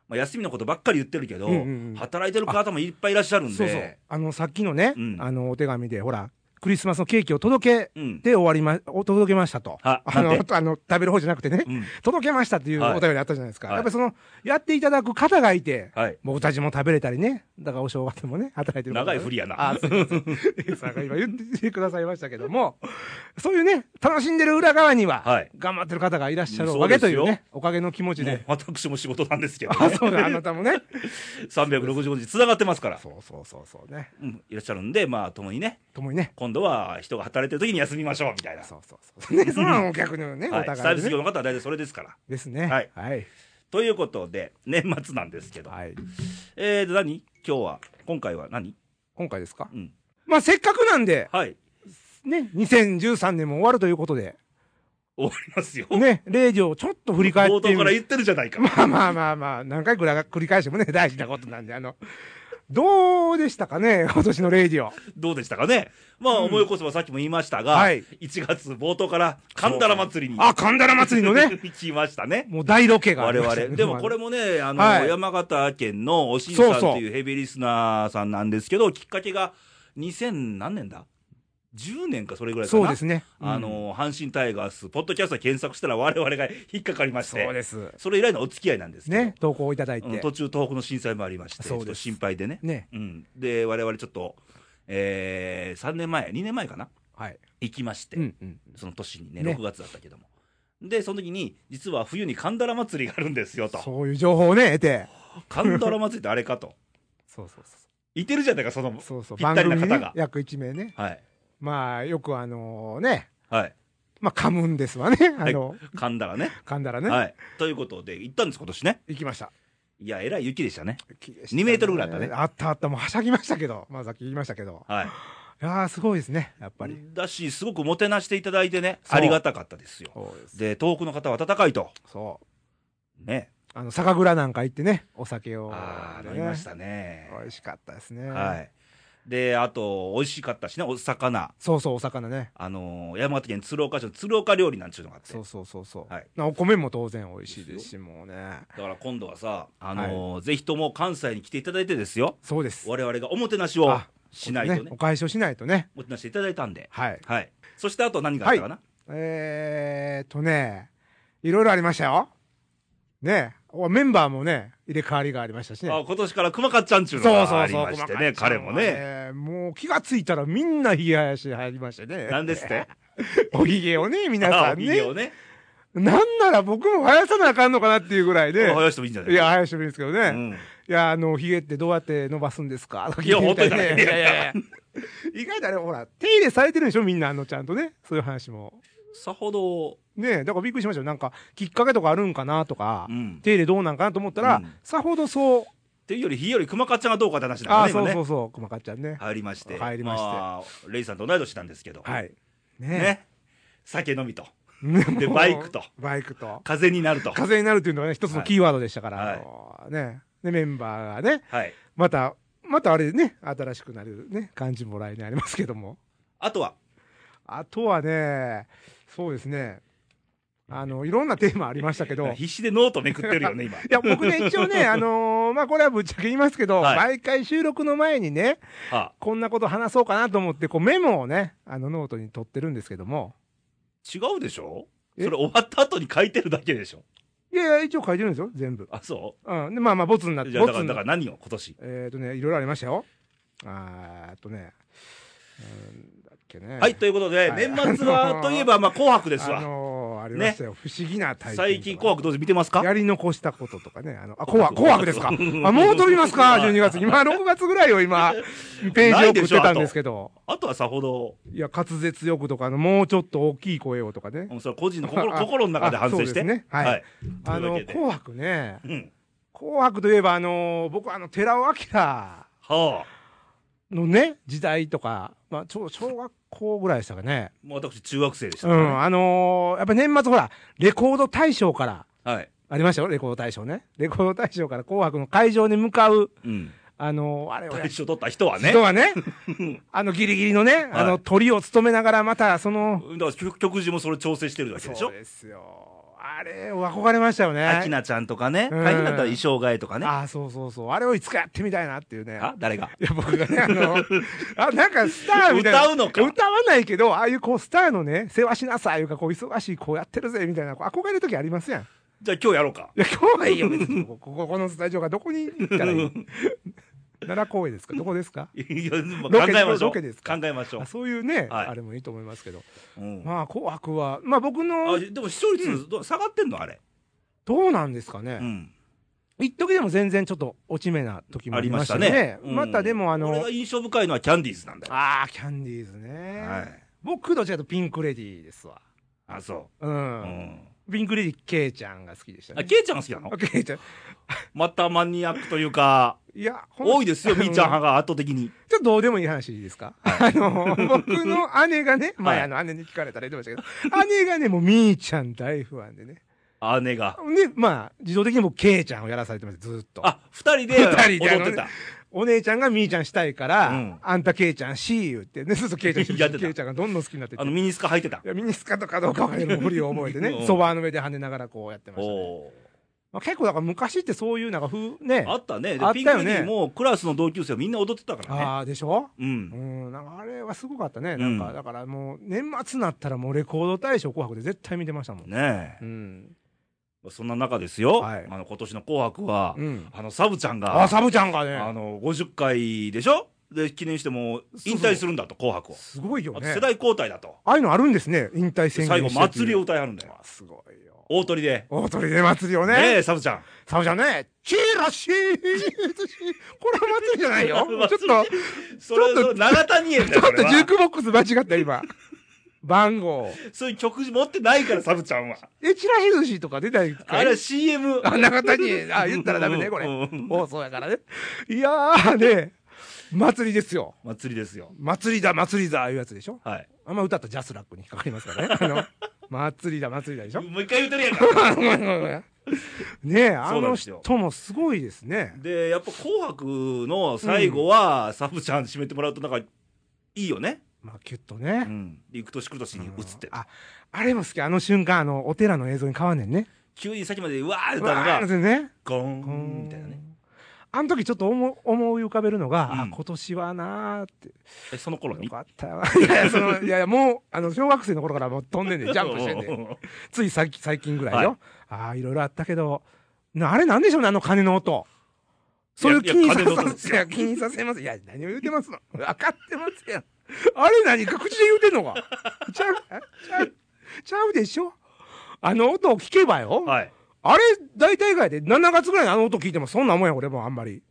[SPEAKER 1] まあ、休みのことばっかり言ってるけど、
[SPEAKER 3] うんうんうん
[SPEAKER 1] 働いてる方もいっぱいいらっしゃるんで
[SPEAKER 3] そうそう。あの、さっきのね、
[SPEAKER 1] うん
[SPEAKER 3] あの、お手紙で、ほら、クリスマスのケーキを届け
[SPEAKER 1] うん
[SPEAKER 3] て終わりま、お届けましたと。
[SPEAKER 1] あ
[SPEAKER 3] あ
[SPEAKER 1] なん
[SPEAKER 3] の、あの、食べる方じゃなくてね、
[SPEAKER 1] うん
[SPEAKER 3] 届けましたっていう
[SPEAKER 1] はい
[SPEAKER 3] お便りあったじゃないですか。
[SPEAKER 1] はい
[SPEAKER 3] やっぱりその、やっていただく方がいて、
[SPEAKER 1] はい
[SPEAKER 3] 僕たちも食べれたりね、だからお正月もね、働いてる方が
[SPEAKER 1] 長
[SPEAKER 3] ね
[SPEAKER 1] いふりやな
[SPEAKER 3] あ、すいま
[SPEAKER 1] <laughs>
[SPEAKER 3] せん。A さんが今言ってくださいましたけども、そういうね、楽しんでる裏側には、
[SPEAKER 1] はい
[SPEAKER 3] 頑張ってる方がいらっしゃる
[SPEAKER 1] うん
[SPEAKER 3] わけという
[SPEAKER 1] そうです
[SPEAKER 3] ね、おかげの気持
[SPEAKER 1] も
[SPEAKER 3] ち
[SPEAKER 1] う
[SPEAKER 3] で。
[SPEAKER 1] 私も仕事なんですけど、
[SPEAKER 3] あ、
[SPEAKER 1] ね、
[SPEAKER 3] そうだ、あなたもね。
[SPEAKER 1] 365日つながってますから、
[SPEAKER 3] そうそうそうそうね。
[SPEAKER 1] うん、いらっしゃるんでまあ共にね
[SPEAKER 3] 共にね。
[SPEAKER 1] 今度は人が働いてる時に休みましょうみたいな、
[SPEAKER 3] そうそうそう。ね、そんなのお客のね、
[SPEAKER 1] は
[SPEAKER 3] お
[SPEAKER 1] い、サー
[SPEAKER 3] 互い
[SPEAKER 1] ビ
[SPEAKER 3] に
[SPEAKER 1] ス
[SPEAKER 3] ね
[SPEAKER 1] 業の方は大体それですから
[SPEAKER 3] ですね。
[SPEAKER 1] はい
[SPEAKER 3] はい。
[SPEAKER 1] ということで年末なんですけど、
[SPEAKER 3] はい。
[SPEAKER 1] えーと何今日は今回は何
[SPEAKER 3] 今回ですか
[SPEAKER 1] うん
[SPEAKER 3] まあ、せっかくなんで、
[SPEAKER 1] はい
[SPEAKER 3] ね、2013年も終わるということで、
[SPEAKER 1] 終わりますよ、
[SPEAKER 3] ね、0時をちょっと振り返って
[SPEAKER 1] 冒
[SPEAKER 3] み
[SPEAKER 1] 頭から言ってるじゃないか、
[SPEAKER 3] まあまあまあまあ、何回くら繰り返してもね、大事なことなんで、あの、どうでしたかね、今年のレイディオ。
[SPEAKER 1] どうでしたかね、まあ、思い起こせばさっきも言いましたが、
[SPEAKER 3] はい
[SPEAKER 1] 1月冒頭から神田ら祭りに
[SPEAKER 3] あ、神田ら祭りのね、
[SPEAKER 1] <laughs> 行きましたね、
[SPEAKER 3] もう大ロケがあ
[SPEAKER 1] 我
[SPEAKER 3] りましたね、
[SPEAKER 1] 々、
[SPEAKER 3] <laughs>
[SPEAKER 1] でもこれもね、あの
[SPEAKER 3] はい
[SPEAKER 1] 山形県のおしんさん
[SPEAKER 3] そう
[SPEAKER 1] と
[SPEAKER 3] そ
[SPEAKER 1] いうヘビーリスナーさんなんですけど、きっかけが2000何年だ ?10 年か、それぐらいかな。
[SPEAKER 3] そうですね。
[SPEAKER 1] あ
[SPEAKER 3] うん、
[SPEAKER 1] の阪神タイガース、ポッドキャストで検索したら、我々が引っかかりまし
[SPEAKER 3] そう
[SPEAKER 1] て、
[SPEAKER 3] です。
[SPEAKER 1] それ以来のお付き合いなんですけど、
[SPEAKER 3] ね、投稿いただいて。
[SPEAKER 1] うん途中、東北の震災もありまして、ち
[SPEAKER 3] そう
[SPEAKER 1] ょ
[SPEAKER 3] で
[SPEAKER 1] っと
[SPEAKER 3] す
[SPEAKER 1] 心配でね、
[SPEAKER 3] ね、
[SPEAKER 1] うん、で我々ちょっと、え3年前、2年前かな、
[SPEAKER 3] はい。
[SPEAKER 1] 行きまして、
[SPEAKER 3] うんうん。
[SPEAKER 1] その年にね、
[SPEAKER 3] ね
[SPEAKER 1] 6月だったけども。で、その時に、実は冬に神田ら祭りがあるんですよと。
[SPEAKER 3] そういう情報をね、得て。
[SPEAKER 1] 神田ら祭りってあれかと。
[SPEAKER 3] そうそうそ
[SPEAKER 1] いてるじゃないか、その
[SPEAKER 3] う。。そうそう。
[SPEAKER 1] ぴっ
[SPEAKER 3] 番
[SPEAKER 1] たり
[SPEAKER 3] 組
[SPEAKER 1] な
[SPEAKER 3] に
[SPEAKER 1] 方が
[SPEAKER 3] ね、約1名ね。
[SPEAKER 1] はい。
[SPEAKER 3] まあ、よくあのね、
[SPEAKER 1] はい。
[SPEAKER 3] まあ、噛むんですわね。あの、
[SPEAKER 1] 神田らね。
[SPEAKER 3] 噛んだらね、
[SPEAKER 1] はい。ということで、行ったんです、今年ね。
[SPEAKER 3] 行きました。
[SPEAKER 1] いや、えらい雪でしたね。
[SPEAKER 3] 2
[SPEAKER 1] 2m ぐらいあったね
[SPEAKER 3] あったあった、もうはしゃぎましたけど、まあさっき言いましたけど。
[SPEAKER 1] はい。
[SPEAKER 3] いやー、すごいですね、やっぱり。
[SPEAKER 1] だし、すごくもてなしていただいてね、
[SPEAKER 3] そう
[SPEAKER 1] ありがたかったですよ。
[SPEAKER 3] そうです。
[SPEAKER 1] で、遠くの方は温かいと。
[SPEAKER 3] そう。
[SPEAKER 1] ね。
[SPEAKER 3] あの、酒蔵なんか行ってね、お酒を、
[SPEAKER 1] ああ、
[SPEAKER 3] ね
[SPEAKER 1] 飲みましたね。
[SPEAKER 3] 美味しかったですね。
[SPEAKER 1] はい。で、あと、美味しかったしね、お魚。
[SPEAKER 3] そうそう、お魚ね。
[SPEAKER 1] あのー山形県鶴岡市の鶴岡料理なんちゅうのがあって
[SPEAKER 3] そ。うそうそうそう。
[SPEAKER 1] はい
[SPEAKER 3] なお米も当然美味しいですし、もうね。
[SPEAKER 1] だから今度はさ、あのーぜひとも関西に来ていただいてですよ、
[SPEAKER 3] そうです。
[SPEAKER 1] 我々がおもてなしを
[SPEAKER 3] あ
[SPEAKER 1] しないとね、
[SPEAKER 3] お返しをしないとね。
[SPEAKER 1] おもてなしいただいたんで、
[SPEAKER 3] はい。
[SPEAKER 1] はい、そしてあと何があったかな、
[SPEAKER 3] えーっとね、いろいろありましたよ。ねおメンバーもね、入れ替わりがありましたしね。
[SPEAKER 1] あ今年から熊かっちゃんちゅうの
[SPEAKER 3] そう
[SPEAKER 1] が
[SPEAKER 3] そ
[SPEAKER 1] あ
[SPEAKER 3] う
[SPEAKER 1] り
[SPEAKER 3] そう
[SPEAKER 1] ましてね、
[SPEAKER 3] 細かい
[SPEAKER 1] 彼もね、
[SPEAKER 3] もう気がついたらみんなひげ生やし入りましてね。
[SPEAKER 1] なんですって、
[SPEAKER 3] おひげをね、皆
[SPEAKER 1] あ
[SPEAKER 3] さ
[SPEAKER 1] お
[SPEAKER 3] ん
[SPEAKER 1] ひげ
[SPEAKER 3] ね。
[SPEAKER 1] をね、
[SPEAKER 3] なんなら僕も生やさなあかんのかなっていうぐらいで。
[SPEAKER 1] 生やしてもいいんじゃない
[SPEAKER 3] いや、生やしてもいいんですけどね。
[SPEAKER 1] うん
[SPEAKER 3] いや、あの、ヒゲってどうやって伸ばすんですか
[SPEAKER 1] いやほっといたら
[SPEAKER 3] いやいやいや。意外とあれ、ほら、手入れされてるんでしょみんな、あの、ちゃんとね。そういう話も。
[SPEAKER 1] さほど、
[SPEAKER 3] ねえ、だからびっくりしましたよ。なんか、きっかけとかあるんかなとか、
[SPEAKER 1] うん
[SPEAKER 3] 手入れどうなんかなと思ったら、
[SPEAKER 1] うん
[SPEAKER 3] さほどそう、
[SPEAKER 1] っていうより、火より熊かっちゃんがどうかって話だから
[SPEAKER 3] ああ、
[SPEAKER 1] ね、
[SPEAKER 3] そ
[SPEAKER 1] 今
[SPEAKER 3] うそ
[SPEAKER 1] ね
[SPEAKER 3] う。そう、熊かっちゃんね。
[SPEAKER 1] 入りまして。
[SPEAKER 3] 入りまして
[SPEAKER 1] して。レイさんと同い年なんですけど。
[SPEAKER 3] はい。ね
[SPEAKER 1] ね。酒飲みと。
[SPEAKER 3] え。 <laughs> ね
[SPEAKER 1] で
[SPEAKER 3] もう
[SPEAKER 1] バイクと
[SPEAKER 3] バイクと。
[SPEAKER 1] 風になると。
[SPEAKER 3] 風になるというのがね、一つのキーワードでしたから、
[SPEAKER 1] はい
[SPEAKER 3] あのね。で、メンバーがね、
[SPEAKER 1] はい。
[SPEAKER 3] また、またあれね、新しくなるね、感じも来年ありますけども。
[SPEAKER 1] あとは、
[SPEAKER 3] あとはね、そうですね、あの、いろんなテーマありまし
[SPEAKER 1] <laughs>
[SPEAKER 3] たけど、い
[SPEAKER 1] 必死でノートめくってるよね、
[SPEAKER 3] <laughs>
[SPEAKER 1] 今。
[SPEAKER 3] や、僕ね、一応ね、あのーまあ、これはぶっちゃけ言いますけど、
[SPEAKER 1] はい
[SPEAKER 3] 毎回収録の前にね、
[SPEAKER 1] はあ、
[SPEAKER 3] こんなこと話そうかなと思って、こう、メモをね、あの、ノートに取ってるんですけども、
[SPEAKER 1] 違うでしょ
[SPEAKER 3] え
[SPEAKER 1] それ終わった後に書いてるだけでしょ
[SPEAKER 3] いやいや、一応書いてるんですよ、全部。
[SPEAKER 1] あ、そ
[SPEAKER 3] うん。で、まあまあ、ボツになっ
[SPEAKER 1] う
[SPEAKER 3] て、
[SPEAKER 1] じゃあ、だ
[SPEAKER 3] ボ
[SPEAKER 1] から、
[SPEAKER 3] ツに
[SPEAKER 1] だか
[SPEAKER 3] な
[SPEAKER 1] ら何よ、今年。
[SPEAKER 3] えっ、とね、いろいろありましたよ。あーっとね、うんだっけね。
[SPEAKER 1] はい、ということで、
[SPEAKER 3] はい
[SPEAKER 1] 年末はといえば、まあ、紅白です
[SPEAKER 3] あ
[SPEAKER 1] わ。
[SPEAKER 3] のーありましたよ、不思議な体験とかね。
[SPEAKER 1] 最近、紅白どうぞ見てますか
[SPEAKER 3] やり残したこととかね。あの、あ、紅白、紅
[SPEAKER 1] 紅白
[SPEAKER 3] 白ですか。あ、もう飛びま
[SPEAKER 1] <laughs>
[SPEAKER 3] すか ?12 月。今、6月ぐらいを今、ページを送ってたんですけど。
[SPEAKER 1] あとはさほど、
[SPEAKER 3] いや、滑舌よくとか、あの、もうちょっと大きい声をとかね。
[SPEAKER 1] うんそれは個人の心
[SPEAKER 3] あ
[SPEAKER 1] 心の中で反省して。
[SPEAKER 3] あそうですねはい
[SPEAKER 1] という
[SPEAKER 3] あ
[SPEAKER 1] わ
[SPEAKER 3] の、
[SPEAKER 1] けで。
[SPEAKER 3] 紅白ね。
[SPEAKER 1] うん。
[SPEAKER 3] 紅白といえば、あの、僕、あの、寺尾明
[SPEAKER 1] はあ。
[SPEAKER 3] のね、時代とか、まあ、ちょう小学校ぐらいでしたかね。
[SPEAKER 1] もう私、中学生でした
[SPEAKER 3] う
[SPEAKER 1] からね、
[SPEAKER 3] ん、あのーやっぱ年末ほら、レコード大賞から、
[SPEAKER 1] はい。
[SPEAKER 3] ありましたよ、レコード大賞ね。レコード大賞から紅白の会場に向かう、
[SPEAKER 1] うん。
[SPEAKER 3] あのーあれをやっ
[SPEAKER 1] 大賞取った人はね。
[SPEAKER 3] 人はね、
[SPEAKER 1] <laughs>
[SPEAKER 3] あのギリギリのね、あの鳥を務めながらまたその、
[SPEAKER 1] だから曲曲順もそれ調整してるだけでし
[SPEAKER 3] そう
[SPEAKER 1] ょ
[SPEAKER 3] ですよ。あれ、憧れましたよね。
[SPEAKER 1] アキナちゃんとかね、
[SPEAKER 3] うん
[SPEAKER 1] 大変だったら衣装替えとかね。
[SPEAKER 3] ああ、そうそうそう。あれをいつかやってみたいなっていうね。
[SPEAKER 1] あ誰が
[SPEAKER 3] いや、僕がね、
[SPEAKER 1] <laughs>
[SPEAKER 3] あの、あ、なんかスターみたいな。
[SPEAKER 1] 歌うのか
[SPEAKER 3] 歌わないけど、ああいうこうスターのね、世話しなさいいうか、こう忙しい、こうやってるぜ、みたいな、こう憧れる時ありますやん。い
[SPEAKER 1] じゃあ今日やろうか。
[SPEAKER 3] や、今
[SPEAKER 1] <laughs>
[SPEAKER 3] 日はいいよ、別に。ここ、ここのスタジオがどこに行ったらいい奈良公園ですかどこですか
[SPEAKER 1] いやまあ
[SPEAKER 3] ロ
[SPEAKER 1] 考
[SPEAKER 3] ケ
[SPEAKER 1] えましょう。
[SPEAKER 3] ロケですか
[SPEAKER 1] 考えましょ
[SPEAKER 3] あそういうね、
[SPEAKER 1] はい
[SPEAKER 3] あれもいいと思いますけど。
[SPEAKER 1] う。うん
[SPEAKER 3] まあ、紅白は、まあ僕の
[SPEAKER 1] あ、でも視聴率どう下がってんのあれ。
[SPEAKER 3] どうなんですかね。
[SPEAKER 1] うん。
[SPEAKER 3] 一時でも全然ちょっと落ち目な時も
[SPEAKER 1] あ
[SPEAKER 3] あ
[SPEAKER 1] り
[SPEAKER 3] り
[SPEAKER 1] ま
[SPEAKER 3] ま
[SPEAKER 1] し
[SPEAKER 3] したた
[SPEAKER 1] ね
[SPEAKER 3] ね。。
[SPEAKER 1] うん
[SPEAKER 3] またでもあ
[SPEAKER 1] 俺
[SPEAKER 3] の
[SPEAKER 1] が、印象深いのはキャンディーズなんだよ。
[SPEAKER 3] ああ、キャンディーズね。
[SPEAKER 1] はい
[SPEAKER 3] 僕どっちかというとピンクレディーですわ。
[SPEAKER 1] あ、そうう。
[SPEAKER 3] ん。
[SPEAKER 1] うん。
[SPEAKER 3] ピンクレディー、ケイちゃんが好きでした
[SPEAKER 1] あ、
[SPEAKER 3] ね。
[SPEAKER 1] ケイちゃんが好き
[SPEAKER 3] <laughs>
[SPEAKER 1] なの
[SPEAKER 3] あケイちゃん。
[SPEAKER 1] またマニアックというか、
[SPEAKER 3] いや、ほん
[SPEAKER 1] 多いですよ、みーちゃん
[SPEAKER 3] あの
[SPEAKER 1] 派が圧倒的に。
[SPEAKER 3] ちょっとどうでもいい話ですか、あの、僕の姉がね、前あの姉に聞かれたら言ってましたけど、姉がね、もうみーちゃん大不安でね。
[SPEAKER 1] 姉が。
[SPEAKER 3] で、まあ、自動的に僕、ケイちゃんをやらされてました、ずーっと。
[SPEAKER 1] あ、二人で
[SPEAKER 3] 二人であ
[SPEAKER 1] 踊
[SPEAKER 3] の
[SPEAKER 1] ってた。
[SPEAKER 3] お姉ちゃんがみーちゃんしたいから、
[SPEAKER 1] うん
[SPEAKER 3] あんたけいちゃんしー言って、ね、そ
[SPEAKER 1] <laughs>
[SPEAKER 3] うそうけいちゃんし
[SPEAKER 1] やってた
[SPEAKER 3] けいちゃんがどんどん好きになってて。
[SPEAKER 1] あの、
[SPEAKER 3] い
[SPEAKER 1] ミニスカ履いてた。
[SPEAKER 3] やミニスカとかどうかわかんないけど、振りを覚えて
[SPEAKER 1] うん
[SPEAKER 3] ね、ソファーの上で跳ねながらこうやってました、ね。
[SPEAKER 1] おー
[SPEAKER 3] まあ、結構だから昔ってそういうなんか風、ね。
[SPEAKER 1] あったね。で
[SPEAKER 3] あ、った
[SPEAKER 1] ピン
[SPEAKER 3] よ
[SPEAKER 1] ク
[SPEAKER 3] ね
[SPEAKER 1] にもクラスの同級生はみんな踊ってたからね。
[SPEAKER 3] あーでしょ
[SPEAKER 1] う。
[SPEAKER 3] うんん、なんかあれはすごかったね。
[SPEAKER 1] ん
[SPEAKER 3] なんか、だからもう、年末になったらもうレコード大賞紅白で絶対見てましたもん。
[SPEAKER 1] ね
[SPEAKER 3] うん。
[SPEAKER 1] え。そんな中ですよ。
[SPEAKER 3] はい
[SPEAKER 1] あの、今年の紅白は
[SPEAKER 3] う、ん。
[SPEAKER 1] あの、サブちゃんが。
[SPEAKER 3] あ、サブちゃんが
[SPEAKER 1] あ
[SPEAKER 3] ね、
[SPEAKER 1] の50回でしょで記念してもう引退するんだと「紅白を」
[SPEAKER 3] すごいよ
[SPEAKER 1] あと
[SPEAKER 3] ね
[SPEAKER 1] 世。代交代だと
[SPEAKER 3] ああいうのあるんですね、引退宣言
[SPEAKER 1] 最後
[SPEAKER 3] してっていう
[SPEAKER 1] 祭りを歌いはるんだよ
[SPEAKER 3] あすごいよ。
[SPEAKER 1] 大鳥で
[SPEAKER 3] 大鳥で祭りをね。
[SPEAKER 1] ねえサブちゃん
[SPEAKER 3] サブちゃんね、チーラシーこれは祭りじゃないよ。ちょっと、
[SPEAKER 1] それ
[SPEAKER 3] ちょっと
[SPEAKER 1] それ長谷園だよ
[SPEAKER 3] ちょ
[SPEAKER 1] そ
[SPEAKER 3] っ
[SPEAKER 1] れ
[SPEAKER 3] とジュー
[SPEAKER 1] は
[SPEAKER 3] クボックス間違った今。番号。
[SPEAKER 1] そういう曲持ってないからサブちゃん
[SPEAKER 3] <laughs>
[SPEAKER 1] は
[SPEAKER 3] え、チラヘルシーとか出ないか
[SPEAKER 1] あ
[SPEAKER 3] い
[SPEAKER 1] れは CM
[SPEAKER 3] あ、中谷、あ、言ったらダメね、これ
[SPEAKER 1] うん <laughs> うん。
[SPEAKER 3] 放送やからね。いやーね、祭りですよ。
[SPEAKER 1] 祭りですよ
[SPEAKER 3] 祭りだ、祭りだ、いうやつでしょ。
[SPEAKER 1] はい
[SPEAKER 3] あんま歌ったらジャスラックに引っかかりますからね。あの、祭りだ、祭りだでしょ。 <laughs>
[SPEAKER 1] もう一回言うてるやんか
[SPEAKER 3] ねえ、あ
[SPEAKER 1] そうなん
[SPEAKER 3] の
[SPEAKER 1] ですよ
[SPEAKER 3] 人もすごいですね。
[SPEAKER 1] でやっぱ「紅白」の最後はサブちゃん締めてもらうとなんかいいよね
[SPEAKER 3] まあ、キュッと
[SPEAKER 1] う
[SPEAKER 3] ね。
[SPEAKER 1] ん行く年来る年に移って
[SPEAKER 3] ああれも好きあの瞬間あのお寺の映像に変わんねんね
[SPEAKER 1] 急に先までうわーって
[SPEAKER 3] わ
[SPEAKER 1] たの
[SPEAKER 3] ー
[SPEAKER 1] が
[SPEAKER 3] ってね
[SPEAKER 1] ゴーンみたいなね
[SPEAKER 3] あの時ちょっと思う思い浮かべるのが、
[SPEAKER 1] うん
[SPEAKER 3] あ今年はなーって
[SPEAKER 1] えその頃
[SPEAKER 3] よ
[SPEAKER 1] に
[SPEAKER 3] かったわいやいやそのいやいやもうあの小学生の頃からもう飛んでんねんジャンプ
[SPEAKER 1] <laughs>
[SPEAKER 3] してんねんつい最近最近ぐらいよ、ああいろいろあったけどなあれなんでしょうねあの鐘の音それを
[SPEAKER 1] いや
[SPEAKER 3] 気
[SPEAKER 1] い
[SPEAKER 3] に
[SPEAKER 1] や
[SPEAKER 3] させ
[SPEAKER 1] 鐘の音です
[SPEAKER 3] ますい
[SPEAKER 1] よ
[SPEAKER 3] や気にさせますいや何を言うてますの分かってますやんあれ何か口で言うてんのかちゃうちゃうちゃうでしょあの音を聞けばよ、
[SPEAKER 1] はい
[SPEAKER 3] あれ、大体外で、7月ぐらいにあの音聞いても、そんなもんや、俺もあんまり。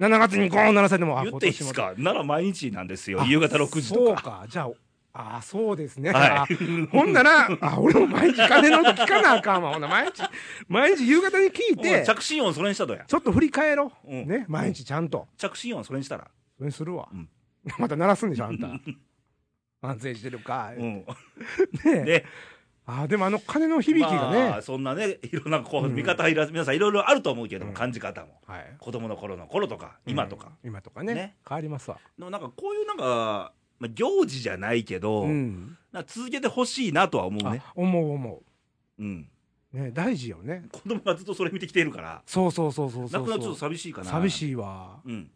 [SPEAKER 3] 7月にゴーン鳴らされても、あ
[SPEAKER 1] 言っていいです。かなら毎日なんですよ
[SPEAKER 3] 今年も
[SPEAKER 1] 夕方6時
[SPEAKER 3] そ
[SPEAKER 1] と
[SPEAKER 3] う
[SPEAKER 1] か
[SPEAKER 3] か、じゃあ、あそうですね。
[SPEAKER 1] は
[SPEAKER 3] あほんなら、あ、俺も毎日鐘の音聞かなあかんわ。ほんな毎日、毎日夕方に聞い
[SPEAKER 1] うん
[SPEAKER 3] て、
[SPEAKER 1] 着信音それにしたとや
[SPEAKER 3] ちょっと振り返ろう。
[SPEAKER 1] うん
[SPEAKER 3] ね、毎日ちゃんと。
[SPEAKER 1] 着信音それにしたら
[SPEAKER 3] それにするわ。
[SPEAKER 1] うん
[SPEAKER 3] また鳴らすんでしょ、
[SPEAKER 1] <laughs>
[SPEAKER 3] あんた。反省してるか。
[SPEAKER 1] う
[SPEAKER 3] ね
[SPEAKER 1] ん
[SPEAKER 3] え
[SPEAKER 1] で
[SPEAKER 3] あ、でもあの鐘の響きがね。
[SPEAKER 1] まあ、そんなねいろんなこう見方いら、皆さんいろいろあると思うけども、
[SPEAKER 3] うん
[SPEAKER 1] 感じ方も
[SPEAKER 3] はい。
[SPEAKER 1] 子供の頃の頃とか今とか、
[SPEAKER 3] うん。今とかね。
[SPEAKER 1] ね
[SPEAKER 3] 変わりますわ。
[SPEAKER 1] でもなんかこういうなんか、まあ、行事じゃないけど、
[SPEAKER 3] うん。
[SPEAKER 1] なんか続けてほしいなとは思うね、
[SPEAKER 3] あ思う思
[SPEAKER 1] うん、
[SPEAKER 3] う。ね、大事よね。
[SPEAKER 1] 子供がずっとそれ見てきてるから
[SPEAKER 3] そうそうそうそうそう。
[SPEAKER 1] なくなるとちょっと寂しいかな
[SPEAKER 3] 寂
[SPEAKER 1] い、
[SPEAKER 3] しいわ。
[SPEAKER 1] うん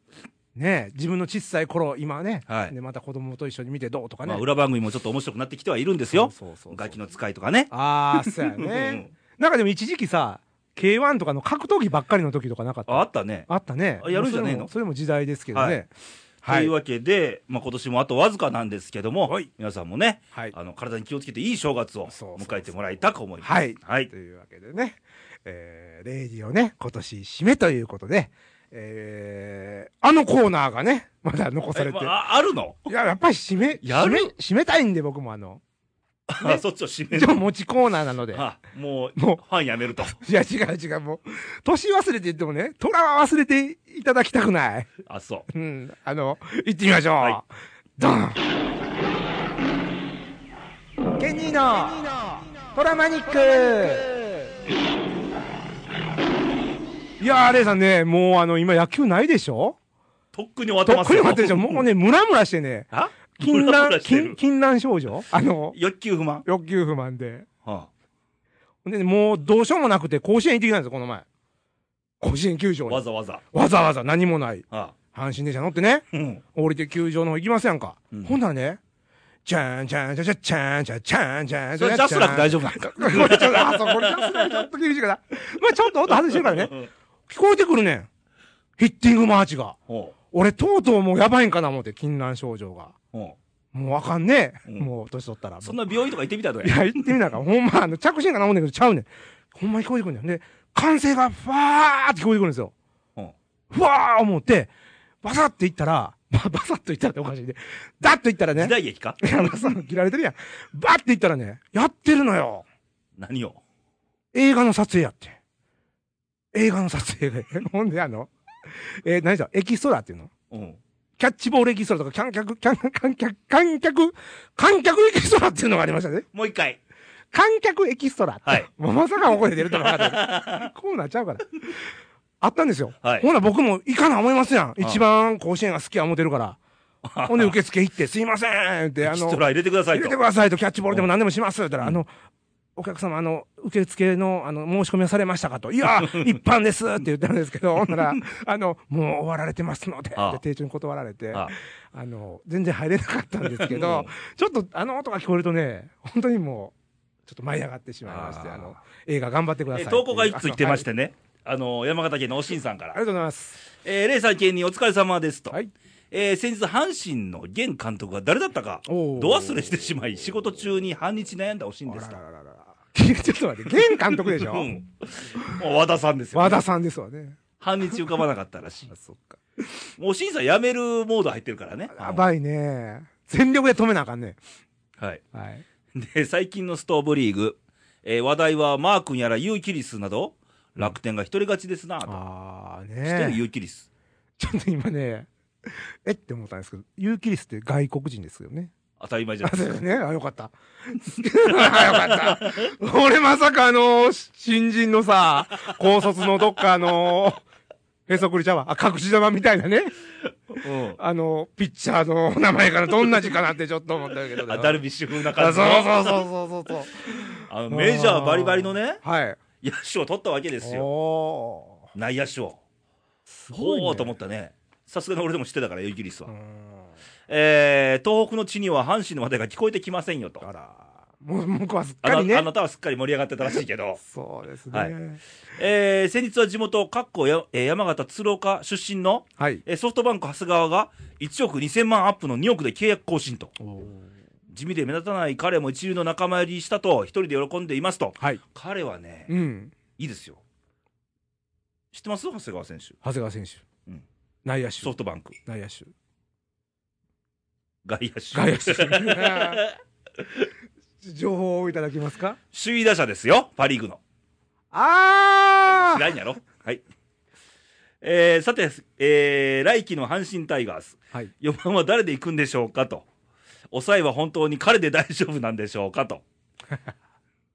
[SPEAKER 3] ね自分の小さい頃、今ね。
[SPEAKER 1] はい
[SPEAKER 3] ね、また子供と一緒に見てどうとかね。
[SPEAKER 1] まあ、裏番組もちょっと面白くなってきてはいるんですよ
[SPEAKER 3] そうそうそうそう
[SPEAKER 1] ガキの使いとかね
[SPEAKER 3] ああ、そうやね。なんかでも一時期さ、K1 とかの格闘技ばっかりの時とかなかった。
[SPEAKER 1] ああったね
[SPEAKER 3] あったね。
[SPEAKER 1] あやるんじゃねえの
[SPEAKER 3] もうそれもそれも時代ですけどね。
[SPEAKER 1] というわけで、まあ、今年もあとわずかなんですけども、
[SPEAKER 3] はい
[SPEAKER 1] 皆さんもね、
[SPEAKER 3] はい
[SPEAKER 1] あの体に気をつけていい正月を
[SPEAKER 3] そうそうそう
[SPEAKER 1] 迎えてもらいたく思います。
[SPEAKER 3] はい
[SPEAKER 1] はい
[SPEAKER 3] というわけでね、えー、レイディをね、今年締めということで、えー、あのコーナーがね、まだ残されて。
[SPEAKER 1] えまあ、ああるの、
[SPEAKER 3] いや、やっぱり締め、
[SPEAKER 1] や
[SPEAKER 3] 締
[SPEAKER 1] る
[SPEAKER 3] め、締めたいんで僕もあの、
[SPEAKER 1] あ <laughs> そっちを締め
[SPEAKER 3] 一応
[SPEAKER 1] る
[SPEAKER 3] 持ちコーナーなので。
[SPEAKER 1] あもう
[SPEAKER 3] もう
[SPEAKER 1] ファンやめると
[SPEAKER 3] <laughs> いや、違う違う、もう、年忘れて言ってもね、虎は忘れていただきたくない。 <laughs>
[SPEAKER 1] あそう
[SPEAKER 3] うん、あの、行ってみましょう。
[SPEAKER 1] は
[SPEAKER 3] ドンケニーのトラマニックいやー、レイさんね、もうあの、今野球ないでしょ
[SPEAKER 1] とっくに終わって
[SPEAKER 3] と
[SPEAKER 1] ま
[SPEAKER 3] っ
[SPEAKER 1] す
[SPEAKER 3] く
[SPEAKER 1] よ
[SPEAKER 3] に終わってるでしょもうね、ムラムラしてね、
[SPEAKER 1] <laughs> あ
[SPEAKER 3] 禁
[SPEAKER 1] <laughs> ムラム
[SPEAKER 3] 断、
[SPEAKER 1] ラして
[SPEAKER 3] 禁
[SPEAKER 1] る
[SPEAKER 3] 禁断症状あの、
[SPEAKER 1] 欲求不満、
[SPEAKER 3] 欲求不満で。
[SPEAKER 1] は
[SPEAKER 3] でね、もうどうしようもなくて甲子園行ってきたんですよ、この前。甲子園球場
[SPEAKER 1] あ、
[SPEAKER 3] に。
[SPEAKER 1] わざわざ、は
[SPEAKER 3] わざわざ何もない。
[SPEAKER 1] あ
[SPEAKER 3] 阪神電車乗ってね。
[SPEAKER 1] うん、
[SPEAKER 3] 降りて球場の方行きますやんか。
[SPEAKER 1] うん
[SPEAKER 3] ほんならね、チャンチャンチャンチャンチャンチャンチャンチャンチャン。
[SPEAKER 1] それジャスラック大丈夫なんか
[SPEAKER 3] これちょっと、あ、そう、これジャスラックちょっと厳しいから。まあちょっと音外してるからね。聞こえてくるねん。ヒッティングマーチが。
[SPEAKER 1] ほ
[SPEAKER 3] 俺、とうとうもうやばいんかな思って、禁断症状が。
[SPEAKER 1] うほ
[SPEAKER 3] もうあかんね。
[SPEAKER 1] うん
[SPEAKER 3] もう年取ったら。
[SPEAKER 1] うそんな病院とか行ってみたらどう
[SPEAKER 3] い
[SPEAKER 1] や
[SPEAKER 3] や、言ってみなんか、ほんま、あの、着信かなもんだけど、ちゃうねん。ほんまに聞こえてくるんだよ。で、歓声が、ファーって聞こえてくるんですよ。
[SPEAKER 1] ほ
[SPEAKER 3] ふわー思って、バサッて行ったら、 <laughs> まあ、バサッと行ったらっておかしいね。ダッと行ったら
[SPEAKER 1] う
[SPEAKER 3] ね
[SPEAKER 1] 時。代劇か
[SPEAKER 3] いや、まあ、その、切られてるやん。バッて行ったらね、やってるのよ。
[SPEAKER 1] 何を
[SPEAKER 3] 映画の撮影やって。映画の撮影で。 <laughs> ほんで、あの、えー、何じゃ、エキストラっていうの
[SPEAKER 1] うん
[SPEAKER 3] キャッチボールエキストラとか、観客、観客、観客、観客、観客エキストラっていうのがありましたね。
[SPEAKER 1] もう一回
[SPEAKER 3] 観客エキストラって。
[SPEAKER 1] はい
[SPEAKER 3] <laughs> もうまさかここで出るとは分かんな
[SPEAKER 1] <laughs>
[SPEAKER 3] い。こうなっちゃうから。あったんですよ。
[SPEAKER 1] はい
[SPEAKER 3] ほな僕も行かな思いますやん。一番甲子園が好きや思ってる
[SPEAKER 1] <laughs>
[SPEAKER 3] から。ほんで受付行って、すいませんって、あ
[SPEAKER 1] エキス
[SPEAKER 3] の
[SPEAKER 1] ト、ラ入れてください
[SPEAKER 3] 入
[SPEAKER 1] と
[SPEAKER 3] れてくださいとキャッチボールでも何でもしますって言ったら、あの、お客様、あの、受付の、あの、申し込みをされましたかと。い
[SPEAKER 1] <laughs>
[SPEAKER 3] や、一般ですって言ったんですけど、ほんなら、あの、もう終わられてますので、
[SPEAKER 1] ああ
[SPEAKER 3] って丁重に断られて、
[SPEAKER 1] あ
[SPEAKER 3] あの、全然入れなかったんですけ
[SPEAKER 1] <laughs>
[SPEAKER 3] ど、ちょっとあの音が聞こえるとね、本当にもう、ちょっと舞い上がってしまいまして、
[SPEAKER 1] ああ
[SPEAKER 3] あの、映画頑張ってください
[SPEAKER 1] え
[SPEAKER 3] っていう。
[SPEAKER 1] 投稿が一通来てまし
[SPEAKER 3] あ
[SPEAKER 1] てね、あの山形県のおしんさんか
[SPEAKER 3] <laughs> の。はいあ
[SPEAKER 1] ら、
[SPEAKER 3] りがとうございます。
[SPEAKER 1] えー、レイさん県にお疲れ様ですと、
[SPEAKER 3] はい。
[SPEAKER 1] えー先日、阪神の現監督が誰だったか、
[SPEAKER 3] おー
[SPEAKER 1] ど忘れしてしまい、仕事中に半日悩んだおしんです
[SPEAKER 3] あ
[SPEAKER 1] と
[SPEAKER 3] ら、らららら <laughs> ちょっと待って、現監督でしょ、
[SPEAKER 1] うん、もう和田さんですよ、
[SPEAKER 3] 和
[SPEAKER 1] ね、
[SPEAKER 3] 田さんですわね。
[SPEAKER 1] 半日浮かばなかったらしい、
[SPEAKER 3] あ、そっか。
[SPEAKER 1] もうおしんさん、辞めるモード入ってるからね、
[SPEAKER 3] やばいね。全力で止めなあかんね。
[SPEAKER 1] はい、
[SPEAKER 3] はい。
[SPEAKER 1] で最近のストーブリーグ、えー話題はマー君やらユーキリスなど、楽天が一人勝ちですなと、
[SPEAKER 3] ああ
[SPEAKER 1] 知ってる
[SPEAKER 3] ね。
[SPEAKER 1] ユーキリス、
[SPEAKER 3] ちょっと今ね、えって思ったんですけど、ユーキリスって外国人ですよね。
[SPEAKER 1] 当たり前じゃ
[SPEAKER 3] <laughs> あ、
[SPEAKER 1] ない
[SPEAKER 3] そ
[SPEAKER 1] で
[SPEAKER 3] う
[SPEAKER 1] す
[SPEAKER 3] で
[SPEAKER 1] か
[SPEAKER 3] す。ね。あ、よかった。あよかった。俺まさかあのー新人のさ、高卒のどっかあのーへそくりちゃうわ。あ、隠し玉みたいなね。
[SPEAKER 1] うん
[SPEAKER 3] あのーピッチャーの名前からどんな字かなってちょっと思ったけどね。
[SPEAKER 1] あダルビッシュ風な
[SPEAKER 3] あ
[SPEAKER 1] 感じ
[SPEAKER 3] そう
[SPEAKER 1] の
[SPEAKER 3] そうそうそうそう
[SPEAKER 1] あの
[SPEAKER 3] そう。
[SPEAKER 1] メジャーバリバリのね、
[SPEAKER 3] はい。
[SPEAKER 1] 野手を取ったわけですよ、
[SPEAKER 3] おー
[SPEAKER 1] 内野手を。
[SPEAKER 3] す
[SPEAKER 1] ほ
[SPEAKER 3] ごい、ね。
[SPEAKER 1] うと思ったね、さすがに俺でも知ってたから、イギリスは。
[SPEAKER 3] うん
[SPEAKER 1] えー東北の地には阪神の話題が聞こえてきませんよと、
[SPEAKER 3] あら、もう僕はすっ
[SPEAKER 1] あ
[SPEAKER 3] かり
[SPEAKER 1] の
[SPEAKER 3] ね。、
[SPEAKER 1] あなたはすっかり盛り上がってたらしいけど
[SPEAKER 3] そうですね。
[SPEAKER 1] は
[SPEAKER 3] はいい。
[SPEAKER 1] えー先日は地元、かっこやえー山形鶴岡出身の、えーソフトバンク長谷川が1億2000万アップの2億で契約更新と、地味で目立たない彼も一流の仲間入りしたと、一人で喜んでいますと、
[SPEAKER 3] はい。
[SPEAKER 1] 彼はね、
[SPEAKER 3] うん。
[SPEAKER 1] いいですよ知ってます長谷川選手
[SPEAKER 3] 長谷川選手、
[SPEAKER 1] うん
[SPEAKER 3] 内野
[SPEAKER 1] ソ
[SPEAKER 3] 手
[SPEAKER 1] フトバンク
[SPEAKER 3] 内野手
[SPEAKER 1] 外野手
[SPEAKER 3] 外野手 <laughs> 情報をいただきますか
[SPEAKER 1] 首位打者ですよパ・リーグの
[SPEAKER 3] あ
[SPEAKER 1] 知らんやろはいえー、さて、えー、来季の阪神タイガース
[SPEAKER 3] あはい
[SPEAKER 1] 4番は誰で行くんでしょうかと抑えは本当に彼で大丈夫なんでしょうかと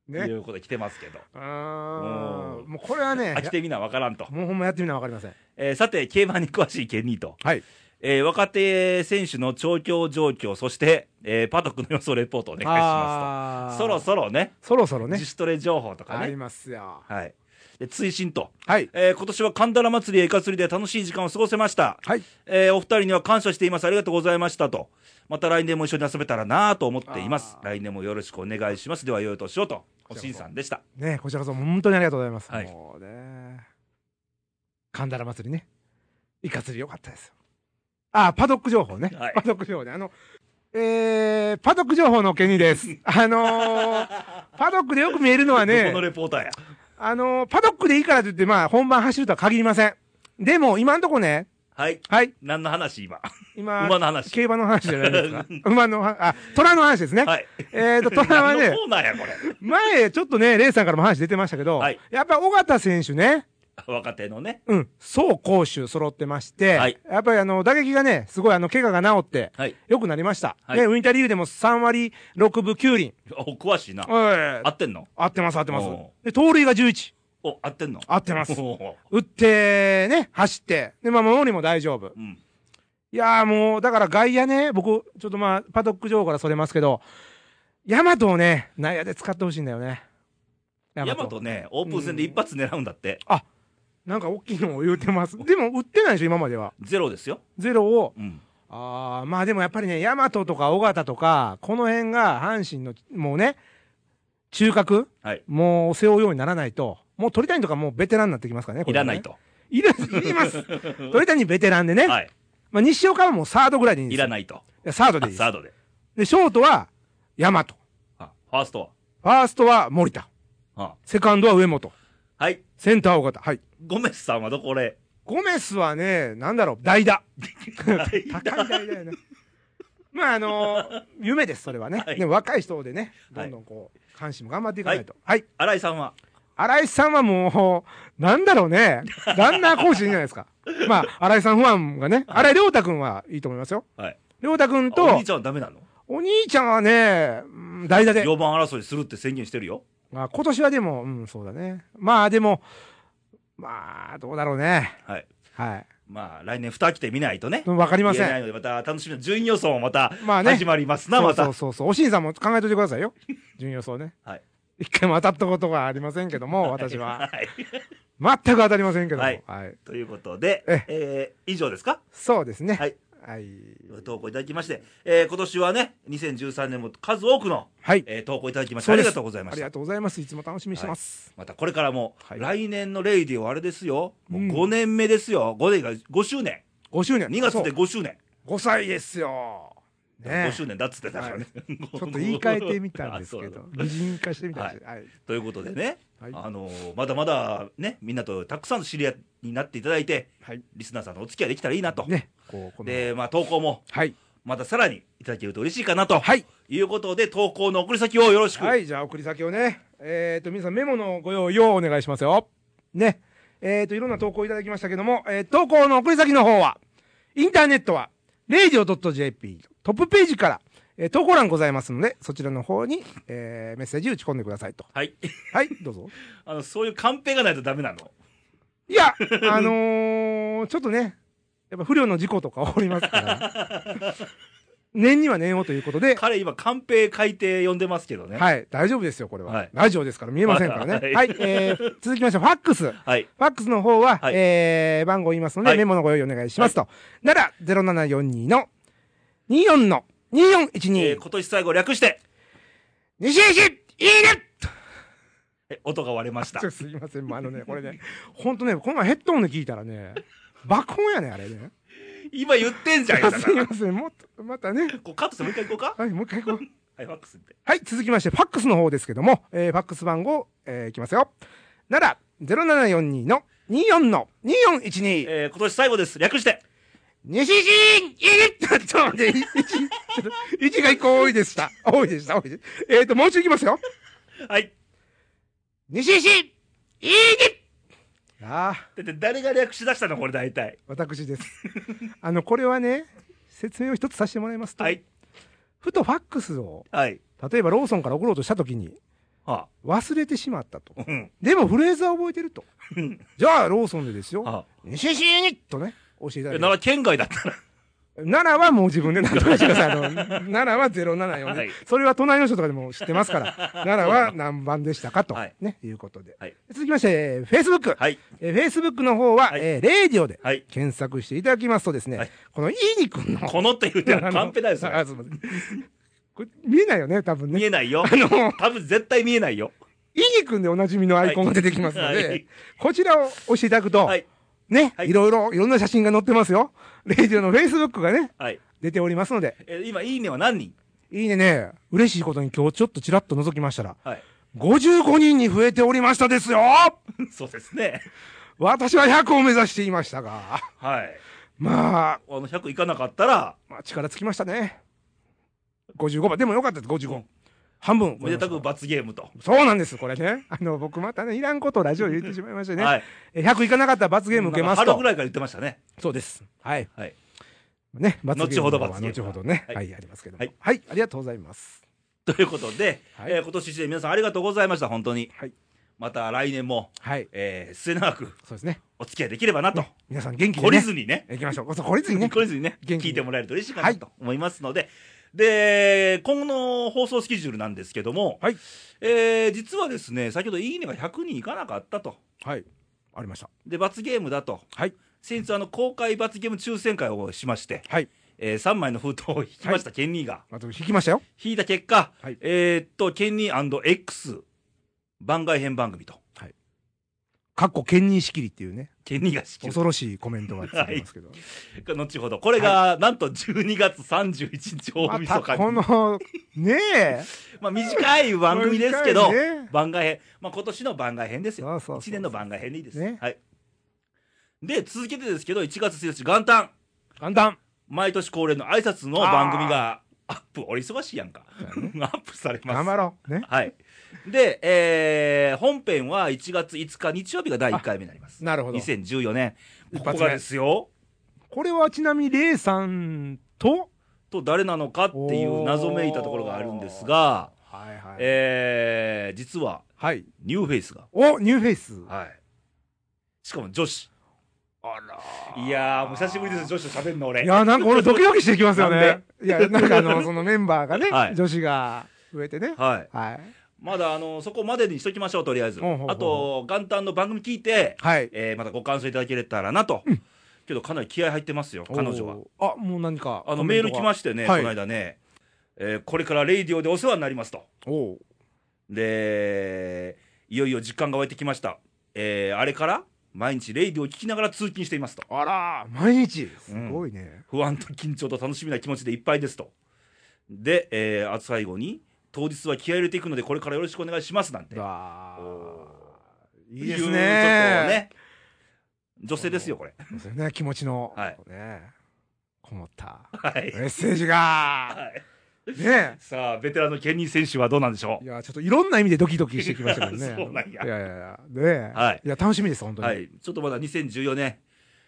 [SPEAKER 1] い
[SPEAKER 3] ね
[SPEAKER 1] うことで来てますけど、
[SPEAKER 3] あ
[SPEAKER 1] う
[SPEAKER 3] ー
[SPEAKER 1] ん
[SPEAKER 3] もうこれはね
[SPEAKER 1] 飽きてみな分からんと、
[SPEAKER 3] もうほんまやってみなわかりません
[SPEAKER 1] えーさて競馬に詳しいケニーと、
[SPEAKER 3] はい
[SPEAKER 1] えー若手選手の調教状況そして、えーパドックの予想レポートお願いしま
[SPEAKER 3] あ
[SPEAKER 1] す
[SPEAKER 3] ー
[SPEAKER 1] とそろそろね
[SPEAKER 3] そろそろね
[SPEAKER 1] 自主トレ情報とか
[SPEAKER 3] あり
[SPEAKER 1] ね、
[SPEAKER 3] ますよ
[SPEAKER 1] はい、で追伸と、
[SPEAKER 3] はい
[SPEAKER 1] えー今年は神田ら祭りやイカ釣りで楽しい時間を過ごせました、
[SPEAKER 3] はい
[SPEAKER 1] えーお二人には感謝していますありがとうございましたとまた来年も一緒に遊べたらなぁと思っています
[SPEAKER 3] あー
[SPEAKER 1] 来年もよろしくお願いしますでは良いお年をとおしんさんでした
[SPEAKER 3] ねこちらこそ本当にありがとうございます、
[SPEAKER 1] はい
[SPEAKER 3] もうね神田ら祭りねイカ釣り良かったですよあパドック情報ね、
[SPEAKER 1] はい
[SPEAKER 3] パドック情報ねあのえー、パドック情報のケニー
[SPEAKER 1] <laughs>
[SPEAKER 3] ですあのー、パドックでよく見えるのは
[SPEAKER 1] ど
[SPEAKER 3] ね
[SPEAKER 1] このレポーターや
[SPEAKER 3] あのー、パドックでいいからといってまあ本番走るとは限りませんでも今んとこね
[SPEAKER 1] はい
[SPEAKER 3] はい
[SPEAKER 1] 何の話今
[SPEAKER 3] 今
[SPEAKER 1] 馬の話
[SPEAKER 3] 競馬の話じゃないです
[SPEAKER 1] <laughs>
[SPEAKER 3] か馬のはあ虎の話ですね、
[SPEAKER 1] はい
[SPEAKER 3] えーと虎は
[SPEAKER 1] <laughs> 何の
[SPEAKER 3] ね
[SPEAKER 1] コーナーやこれ
[SPEAKER 3] 前ちょっとねレイさんからも話出てましたけど、
[SPEAKER 1] はい
[SPEAKER 3] やっぱ尾形選手ね
[SPEAKER 1] 若手のね
[SPEAKER 3] うん、走攻守揃ってまして、
[SPEAKER 1] はい
[SPEAKER 3] やっぱりあの打撃がね、すごいあの怪我が治って、
[SPEAKER 1] はい
[SPEAKER 3] 良くなりました、
[SPEAKER 1] はい
[SPEAKER 3] ね。ウィンターリーグでも3割6分9厘、
[SPEAKER 1] お詳しいな
[SPEAKER 3] はい
[SPEAKER 1] 合ってんの
[SPEAKER 3] 合ってます、合ってます
[SPEAKER 1] お、
[SPEAKER 3] で盗塁が11、
[SPEAKER 1] お合ってんの
[SPEAKER 3] 合ってます、
[SPEAKER 1] おー
[SPEAKER 3] 打ってね、走って、でまあ、守りも大丈夫、
[SPEAKER 1] うん
[SPEAKER 3] いやーもう、だから外野ね、僕、ちょっとまあ、パドック情報からそれますけど、ヤマトをね、内野で使ってほしいんだよね、
[SPEAKER 1] ヤマトねオープン戦で一発狙うんだって
[SPEAKER 3] なんか大きいのを言うてます、でも打ってないでしょ、今までは、
[SPEAKER 1] ゼロですよ
[SPEAKER 3] ゼロを
[SPEAKER 1] うん
[SPEAKER 3] ああ、まあでもやっぱりね、大和とか尾形とか、この辺が阪神の、もうね、中核、
[SPEAKER 1] はい
[SPEAKER 3] もう背負うようにならないと、もう鳥谷とかもうベテランになってきますからね、こ
[SPEAKER 1] い
[SPEAKER 3] れ
[SPEAKER 1] ら
[SPEAKER 3] はね
[SPEAKER 1] ない。と
[SPEAKER 3] いらいります。
[SPEAKER 1] <laughs>
[SPEAKER 3] 鳥谷ベテランでね、
[SPEAKER 1] はい
[SPEAKER 3] まあ西岡はもうサードぐらいでいいんで
[SPEAKER 1] い
[SPEAKER 3] す
[SPEAKER 1] ら
[SPEAKER 3] よ。
[SPEAKER 1] ないと
[SPEAKER 3] いやサードでいいです
[SPEAKER 1] サ。ードで
[SPEAKER 3] で、ショートは大和。フ
[SPEAKER 1] あファースト
[SPEAKER 3] ァーストは森田。
[SPEAKER 1] はあ
[SPEAKER 3] セカンドは上本。
[SPEAKER 1] はい
[SPEAKER 3] センターは尾形。はい。
[SPEAKER 1] ゴメスさんはどこれ
[SPEAKER 3] ゴメスはね、なんだろう、代打。
[SPEAKER 1] は
[SPEAKER 3] 高い代打やな。まああのー夢です、それはね。
[SPEAKER 1] はい
[SPEAKER 3] でも若い人でね、
[SPEAKER 1] は
[SPEAKER 3] ど
[SPEAKER 1] い
[SPEAKER 3] んどんこう、関心も頑張っていかないと。はい。
[SPEAKER 1] い新井さんは
[SPEAKER 3] 新井さんはもう、なんだろうね、ランナー講師でいいんじゃないです
[SPEAKER 1] <laughs>
[SPEAKER 3] か。まあ、新井さんファンがね、新井亮太くんはいいと思いますよ。
[SPEAKER 1] はい
[SPEAKER 3] 亮太くん
[SPEAKER 1] あお
[SPEAKER 3] と
[SPEAKER 1] 兄、ちゃんはダメなの
[SPEAKER 3] お兄ちゃんはね、うん代打で。
[SPEAKER 1] 4番争いするって宣言してるよ
[SPEAKER 3] まあ、今年はでも、うん、そうだね。まあ、でも、まあ、どうだろうね。
[SPEAKER 1] はい
[SPEAKER 3] はい。
[SPEAKER 1] まあ来年蓋来てみないとね
[SPEAKER 3] わかりませ
[SPEAKER 1] 言えない
[SPEAKER 3] ん。
[SPEAKER 1] のでまた楽しみな順位予想もまた
[SPEAKER 3] まあね
[SPEAKER 1] 始まりますな
[SPEAKER 3] そう
[SPEAKER 1] ま
[SPEAKER 3] そ
[SPEAKER 1] た
[SPEAKER 3] うそうそう。おしんさんも考えといてくださ
[SPEAKER 1] <laughs>
[SPEAKER 3] いよ。順予想ね。
[SPEAKER 1] はい
[SPEAKER 3] 一回も当たったことがありませんけ
[SPEAKER 1] <laughs>
[SPEAKER 3] ども、私
[SPEAKER 1] は
[SPEAKER 3] は。
[SPEAKER 1] い
[SPEAKER 3] 全く当たりませんけども。
[SPEAKER 1] は
[SPEAKER 3] はいい。
[SPEAKER 1] ということで
[SPEAKER 3] え
[SPEAKER 1] えー以上ですか
[SPEAKER 3] そうですね。
[SPEAKER 1] はい。
[SPEAKER 3] はい。
[SPEAKER 1] 投稿いただきましてえー今年はね2013年も数多くの
[SPEAKER 3] はい。
[SPEAKER 1] えー投稿いただきまして
[SPEAKER 3] そ
[SPEAKER 1] あ
[SPEAKER 3] うで
[SPEAKER 1] り
[SPEAKER 3] す
[SPEAKER 1] がとうございま
[SPEAKER 3] あ
[SPEAKER 1] し
[SPEAKER 3] り
[SPEAKER 1] た
[SPEAKER 3] がとうございます。いつも楽しみにしてます。
[SPEAKER 1] またこれからも
[SPEAKER 3] はい
[SPEAKER 1] 来年のレイディオあれですよもう
[SPEAKER 3] うん
[SPEAKER 1] 5年目ですよ5年が5周年
[SPEAKER 3] 5周年。
[SPEAKER 1] 2月で
[SPEAKER 3] そう
[SPEAKER 1] 5周年
[SPEAKER 3] 5歳ですよ。ね
[SPEAKER 1] 5周年だっつってたからね <laughs>
[SPEAKER 3] ちょっと言い換えてみたんです
[SPEAKER 1] あ
[SPEAKER 3] け
[SPEAKER 1] そう
[SPEAKER 3] ど、擬人化してみたんです。はい。
[SPEAKER 1] ということでね、
[SPEAKER 3] はい
[SPEAKER 1] あのーまだまだね、みんなとたくさんの知り合いになっていただいて、
[SPEAKER 3] はい
[SPEAKER 1] リスナーさんのお付き合いできたらいいなと、
[SPEAKER 3] ね。こう、この。
[SPEAKER 1] でまあ、投稿も
[SPEAKER 3] はい。
[SPEAKER 1] またさらにいただけると嬉しいかなと、、
[SPEAKER 3] はいい。
[SPEAKER 1] うことで、投稿の送り先をよろしく、
[SPEAKER 3] はい。じゃあ、送り先をね。えっと、皆さんメモのご用意をお願いしますよ。ね。えっと、いろんな投稿いただきましたけども、えー投稿の送り先の方は、インターネットは、radio.jp トップページから、えー投稿欄ございますので、そちらの方に、えーメッセージ打ち込んでくださいと。
[SPEAKER 1] はい <laughs>
[SPEAKER 3] はい、どうぞ。
[SPEAKER 1] あのそういうカンペがないとダメなの、
[SPEAKER 3] いや、あのー、ちょっとね、やっぱ不慮の事故とか起こりますから、念には念をということで、
[SPEAKER 1] 彼、今、カンペ書いて読んでますけどね、
[SPEAKER 3] はい、大丈夫ですよ、これは。
[SPEAKER 1] はい
[SPEAKER 3] ラジオですから見えませんからね。
[SPEAKER 1] は
[SPEAKER 3] はいい、えー、続きまして、ファックス。フ
[SPEAKER 1] はい、
[SPEAKER 3] ァックスの方は、
[SPEAKER 1] はい
[SPEAKER 3] えー、番号言いますので、
[SPEAKER 1] はい
[SPEAKER 3] メモのご用意お願いしますと。なら、0742の24の2412、
[SPEAKER 1] えー今年最後、略して、
[SPEAKER 3] 西石、いいね
[SPEAKER 1] え音が割れました
[SPEAKER 3] ちょ、。すいません、もうあのね、これね、ほんとね、この前ヘッドホンで聞いたらね、爆音やね、あれね。
[SPEAKER 1] 今言ってんじゃん、今だ
[SPEAKER 3] す
[SPEAKER 1] か
[SPEAKER 3] い
[SPEAKER 1] ら
[SPEAKER 3] ません、もっと、またね。
[SPEAKER 1] こうカットしてもう一回行こうか、
[SPEAKER 3] はい、もう一回行こう。
[SPEAKER 1] はい、ファックスって、
[SPEAKER 3] はい、続きまして、ファックスの方ですけども、えー、ファックス番号、えーいきますよ。なら、 0742の24の2412。
[SPEAKER 1] えー今年最後です。略して。
[SPEAKER 3] 西陣いちょっと待って、 <laughs> 一、ちょっと、一が一個多いでした。多いでした、多いです。えーと、もう一度いきますよ。
[SPEAKER 1] はい。
[SPEAKER 3] 西陣いぎああ、
[SPEAKER 1] でで誰が略しだしたのこれ大体。<laughs>
[SPEAKER 3] 私です。あの、これはね、説明を一つさせてもらいますと、
[SPEAKER 1] はい。
[SPEAKER 3] ふとファックスを、
[SPEAKER 1] はい。
[SPEAKER 3] 例えばローソンから送ろうとしたときに、
[SPEAKER 1] は
[SPEAKER 3] 忘れてしまったと。
[SPEAKER 1] あ。うん。
[SPEAKER 3] でもフレーズは覚えてると。じゃあ、ローソンでですよ。
[SPEAKER 1] はあ。
[SPEAKER 3] 西陣とね、教えていただ
[SPEAKER 1] え
[SPEAKER 3] い
[SPEAKER 1] な
[SPEAKER 3] て。
[SPEAKER 1] ら県外だったら。
[SPEAKER 3] 奈良はもう自分で何とかしてくださ
[SPEAKER 1] <laughs>
[SPEAKER 3] い。あの、奈良は074で、
[SPEAKER 1] はい
[SPEAKER 3] それは隣の人とかでも知ってますから、奈良は何番でしたかと、
[SPEAKER 1] はい
[SPEAKER 3] ね、いうことで。
[SPEAKER 1] はい
[SPEAKER 3] 続きまして、えー Facebook。
[SPEAKER 1] はい。
[SPEAKER 3] えー Facebook の方は、
[SPEAKER 1] はい
[SPEAKER 3] えーレーディオで
[SPEAKER 1] はい
[SPEAKER 3] 検索していただきますとですね、
[SPEAKER 1] はい
[SPEAKER 3] このいいにくんの、
[SPEAKER 1] このって言うても
[SPEAKER 3] あの
[SPEAKER 1] カンペだよ、それ
[SPEAKER 3] あすいませんこれ見えないよね、多分
[SPEAKER 1] 見
[SPEAKER 3] ね。
[SPEAKER 1] えないよ。
[SPEAKER 3] の
[SPEAKER 1] 多分絶対見えないよ。
[SPEAKER 3] いいにくんでおなじみのアイコンが出てきますので、
[SPEAKER 1] はい
[SPEAKER 3] こちらを押していただくと、
[SPEAKER 1] はい。
[SPEAKER 3] ね、
[SPEAKER 1] はい
[SPEAKER 3] いろいろ、いろんな写真が載ってますよ。レイディオの Facebook がね、
[SPEAKER 1] はい。
[SPEAKER 3] 出ておりますので、
[SPEAKER 1] えー今、いいねは何人
[SPEAKER 3] いいねね、嬉しいことに今日ちょっとちらっと覗きましたら、
[SPEAKER 1] はい。
[SPEAKER 3] 55人に増えておりましたですよ
[SPEAKER 1] そうですね。
[SPEAKER 3] 私は100を目指していましたが、
[SPEAKER 1] はい。
[SPEAKER 3] まあ、
[SPEAKER 1] あの、100いかなかったら、
[SPEAKER 3] まあ力つきましたね。55番、でもよかったです、55。半分。
[SPEAKER 1] めでたく罰ゲームと。
[SPEAKER 3] そうなんです、これね。あの、僕またね、いらんことをラジオで言ってしまいましてね。
[SPEAKER 1] はい。
[SPEAKER 3] え100いかなかったら罰ゲーム受けます
[SPEAKER 1] なんか春
[SPEAKER 3] と
[SPEAKER 1] ぐ。らいから言ってましたね。
[SPEAKER 3] そうです。はい。
[SPEAKER 1] はい。
[SPEAKER 3] ね、罰ゲーム
[SPEAKER 1] 後ほど
[SPEAKER 3] は
[SPEAKER 1] 罰ゲーム
[SPEAKER 3] 後ほどね。
[SPEAKER 1] はい
[SPEAKER 3] はい、ありますけども
[SPEAKER 1] はい。
[SPEAKER 3] はい、ありがとうございます。
[SPEAKER 1] ということで、
[SPEAKER 3] はい
[SPEAKER 1] えー今年一年皆さんありがとうございました、本当に。
[SPEAKER 3] はい
[SPEAKER 1] また来年も、
[SPEAKER 3] はい。
[SPEAKER 1] えー末永く
[SPEAKER 3] そうですね。
[SPEAKER 1] お付き合いできればなと。
[SPEAKER 3] 皆さん元気
[SPEAKER 1] 懲
[SPEAKER 3] で
[SPEAKER 1] り
[SPEAKER 3] ね。
[SPEAKER 1] ずにね。
[SPEAKER 3] 行きましょう。そう懲りずにね。
[SPEAKER 1] 懲りずにね、
[SPEAKER 3] 元気に
[SPEAKER 1] 聞いてもらえると嬉しいか
[SPEAKER 3] は
[SPEAKER 1] ないと思いますので、で、今後の放送スケジュールなんですけども、
[SPEAKER 3] はい。
[SPEAKER 1] えー実はですね、先ほどいいねが100人いかなかったと。
[SPEAKER 3] はい。ありました。
[SPEAKER 1] で、罰ゲームだと。
[SPEAKER 3] はい。
[SPEAKER 1] 先日、あの、公開罰ゲーム抽選会をしまして、
[SPEAKER 3] はい。
[SPEAKER 1] え3枚の封筒を引きました、ケンニーが。
[SPEAKER 3] 私引きましたよ。
[SPEAKER 1] 引いた結果、
[SPEAKER 3] はい
[SPEAKER 1] えーっと、ケンニー &X 番外編番組と、
[SPEAKER 3] かっこ、兼任しきりっていうね、
[SPEAKER 1] ケンニーが仕切る
[SPEAKER 3] 恐ろしいコメントがついてますけど。
[SPEAKER 1] 後ほど、これが、なんと12月31日大
[SPEAKER 3] また
[SPEAKER 1] 晦日に、
[SPEAKER 3] この、ねえ。
[SPEAKER 1] まあ、短い番組ですけど、
[SPEAKER 3] これね
[SPEAKER 1] 番外編、まあ、今年の番外編ですよ。
[SPEAKER 3] そうそうそ
[SPEAKER 1] 1
[SPEAKER 3] う
[SPEAKER 1] 年の番外編でいいです。
[SPEAKER 3] ね
[SPEAKER 1] はい。で、続けてですけど、1月1日元旦、
[SPEAKER 3] 簡単。
[SPEAKER 1] 毎年恒例の挨拶の番組がアップ、俺忙しいやんか。 <laughs> アップされます。
[SPEAKER 3] 頑張ろう。ね。
[SPEAKER 1] はい。で、えー本編は1月5日日曜日が第1回目になります。
[SPEAKER 3] なるほど
[SPEAKER 1] 2014年。
[SPEAKER 3] 一
[SPEAKER 1] こ
[SPEAKER 3] 発目
[SPEAKER 1] こがですよ。
[SPEAKER 3] これはちなみに、レイさんと、
[SPEAKER 1] と誰なのかっていう謎めいたところがあるんですが、
[SPEAKER 3] はいは
[SPEAKER 1] えー実は
[SPEAKER 3] はい。
[SPEAKER 1] ニューフェイスが。
[SPEAKER 3] お、ニューフェイス。
[SPEAKER 1] はい。しかも女子。
[SPEAKER 3] あ
[SPEAKER 1] いやー、もう久しぶりです、女子と喋るの俺。
[SPEAKER 3] いや、なんか俺ドキドキしてきますよね。いや、なんかあの、そのメンバーが
[SPEAKER 1] <laughs>
[SPEAKER 3] ね、
[SPEAKER 1] はい
[SPEAKER 3] 女子が増えてね。
[SPEAKER 1] はい。
[SPEAKER 3] はい。
[SPEAKER 1] まだあの、そこまでにしときましょう、とりあえず。
[SPEAKER 3] ほうほうほう
[SPEAKER 1] あと、元旦の番組聞いて、
[SPEAKER 3] はい。
[SPEAKER 1] えーまたご感想いただけれたらなと。けど、かなり気合入ってますよ、彼女は。
[SPEAKER 3] は。あ、もう何か。
[SPEAKER 1] あのメール来ましてね、
[SPEAKER 3] はい
[SPEAKER 1] この間ね、えーこれからレイディオでお世話になりますと、
[SPEAKER 3] た。おう
[SPEAKER 1] で、いよいよ実感が湧いてきました、えーあれから毎日レイディオを聞きながら通勤していますと、
[SPEAKER 3] あら、毎日。すごいね。
[SPEAKER 1] 不安と緊張と楽しみな気持ちでいっぱいですと、で、えーあと最後に、当日は気合い入れていくので、これからよろしくお願いしますなんて、
[SPEAKER 3] うわーいいで
[SPEAKER 1] いうち
[SPEAKER 3] すね。
[SPEAKER 1] ょっとね、女性ですよ、これ。 <laughs>
[SPEAKER 3] そうですよね、気持ちの、
[SPEAKER 1] はい
[SPEAKER 3] ね、こもった
[SPEAKER 1] はい
[SPEAKER 3] メッセージ
[SPEAKER 1] <laughs>
[SPEAKER 3] が、
[SPEAKER 1] はい
[SPEAKER 3] ね、
[SPEAKER 1] さあ、ベテランのケニー選手はどうなんでしょ
[SPEAKER 3] いや、ちょっといろんな意味でドキドキしてきましたけ
[SPEAKER 1] い
[SPEAKER 3] ど
[SPEAKER 1] <laughs>
[SPEAKER 3] ね。
[SPEAKER 1] やそうなんや
[SPEAKER 3] いやいやいや、ね、
[SPEAKER 1] はい
[SPEAKER 3] や、楽しみです、本
[SPEAKER 1] う、
[SPEAKER 3] 当に。
[SPEAKER 1] はい、ちょっとまだ2014年、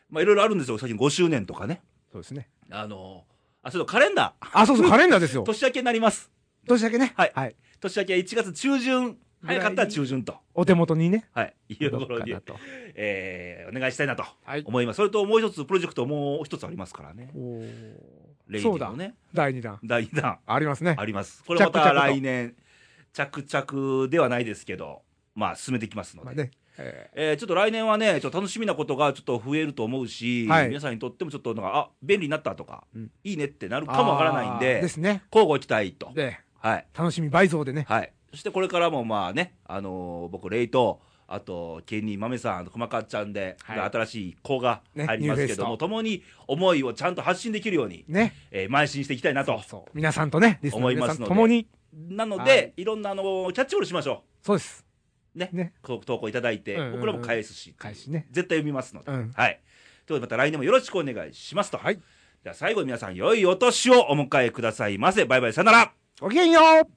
[SPEAKER 1] まあ、いろいろあるんですよ、最近5周年とかね。
[SPEAKER 3] そうですね。
[SPEAKER 1] あのあ、ちょっとカレンダー、
[SPEAKER 3] あ、そうそう、カレンダーですよ。
[SPEAKER 1] 年明けになります。
[SPEAKER 3] 年だけね。
[SPEAKER 1] はい
[SPEAKER 3] はい。
[SPEAKER 1] 年明けは1月中旬、早かったら中旬と、
[SPEAKER 3] お手元にね。
[SPEAKER 1] はい、いうところ
[SPEAKER 3] 届
[SPEAKER 1] に
[SPEAKER 3] く、かなと
[SPEAKER 1] えーお願いしたいなと
[SPEAKER 3] はい
[SPEAKER 1] 思います。それともう一つ、プロジェクトもう一つありますからね。
[SPEAKER 3] おー
[SPEAKER 1] レイデ
[SPEAKER 3] そ
[SPEAKER 1] ィ
[SPEAKER 3] うだ
[SPEAKER 1] の。ね、
[SPEAKER 3] 第2弾。
[SPEAKER 1] 第2弾
[SPEAKER 3] ありますね。
[SPEAKER 1] あり
[SPEAKER 3] <laughs>
[SPEAKER 1] ます。これま
[SPEAKER 3] 着
[SPEAKER 1] た
[SPEAKER 3] 々と
[SPEAKER 1] 来年、着々ではないですけど、まあ、進めていきますので。
[SPEAKER 3] まあね。え
[SPEAKER 1] えーちょっと来年はね、ちょっと楽しみなことがちょっと増えると思うし、
[SPEAKER 3] はい
[SPEAKER 1] 皆さんにとってもちょっとなんか、あ便利になったとか、
[SPEAKER 3] うん
[SPEAKER 1] いいねってなる
[SPEAKER 3] ー
[SPEAKER 1] かもわからないん
[SPEAKER 3] あー
[SPEAKER 1] で、
[SPEAKER 3] ですね。
[SPEAKER 1] 交互期待と。
[SPEAKER 3] で、
[SPEAKER 1] はい。
[SPEAKER 3] 楽しみ倍増でね。
[SPEAKER 1] はい、そしてこれからもまあね、あのー僕、レイと、あと、ケニー、マメさん、熊かっちゃんで、
[SPEAKER 3] はい
[SPEAKER 1] 新しい子が
[SPEAKER 3] ね
[SPEAKER 1] 入りますけど
[SPEAKER 3] ニ
[SPEAKER 1] も、
[SPEAKER 3] ューフェイスと
[SPEAKER 1] 共に思いをちゃんと発信できるように、
[SPEAKER 3] ね。
[SPEAKER 1] えー邁進していきたいなと。
[SPEAKER 3] そう。皆さんとね、リスナーの皆さんと
[SPEAKER 1] 思
[SPEAKER 3] 共
[SPEAKER 1] い
[SPEAKER 3] に。
[SPEAKER 1] なので、、
[SPEAKER 3] はい
[SPEAKER 1] ろんな、あのーキャッチボールしましょ
[SPEAKER 3] そうです。
[SPEAKER 1] う。ね
[SPEAKER 3] ね
[SPEAKER 1] こう投稿いただいて、
[SPEAKER 3] うんうんうん
[SPEAKER 1] 僕らも返すし
[SPEAKER 3] 返しね
[SPEAKER 1] 絶対読みますので、
[SPEAKER 3] うん
[SPEAKER 1] はいということでまた来年もよろしくお願いしますと、
[SPEAKER 3] はい
[SPEAKER 1] じゃあ最後に皆さん良いお年をお迎えくださいませバイバイさよなら
[SPEAKER 3] ごきげんよう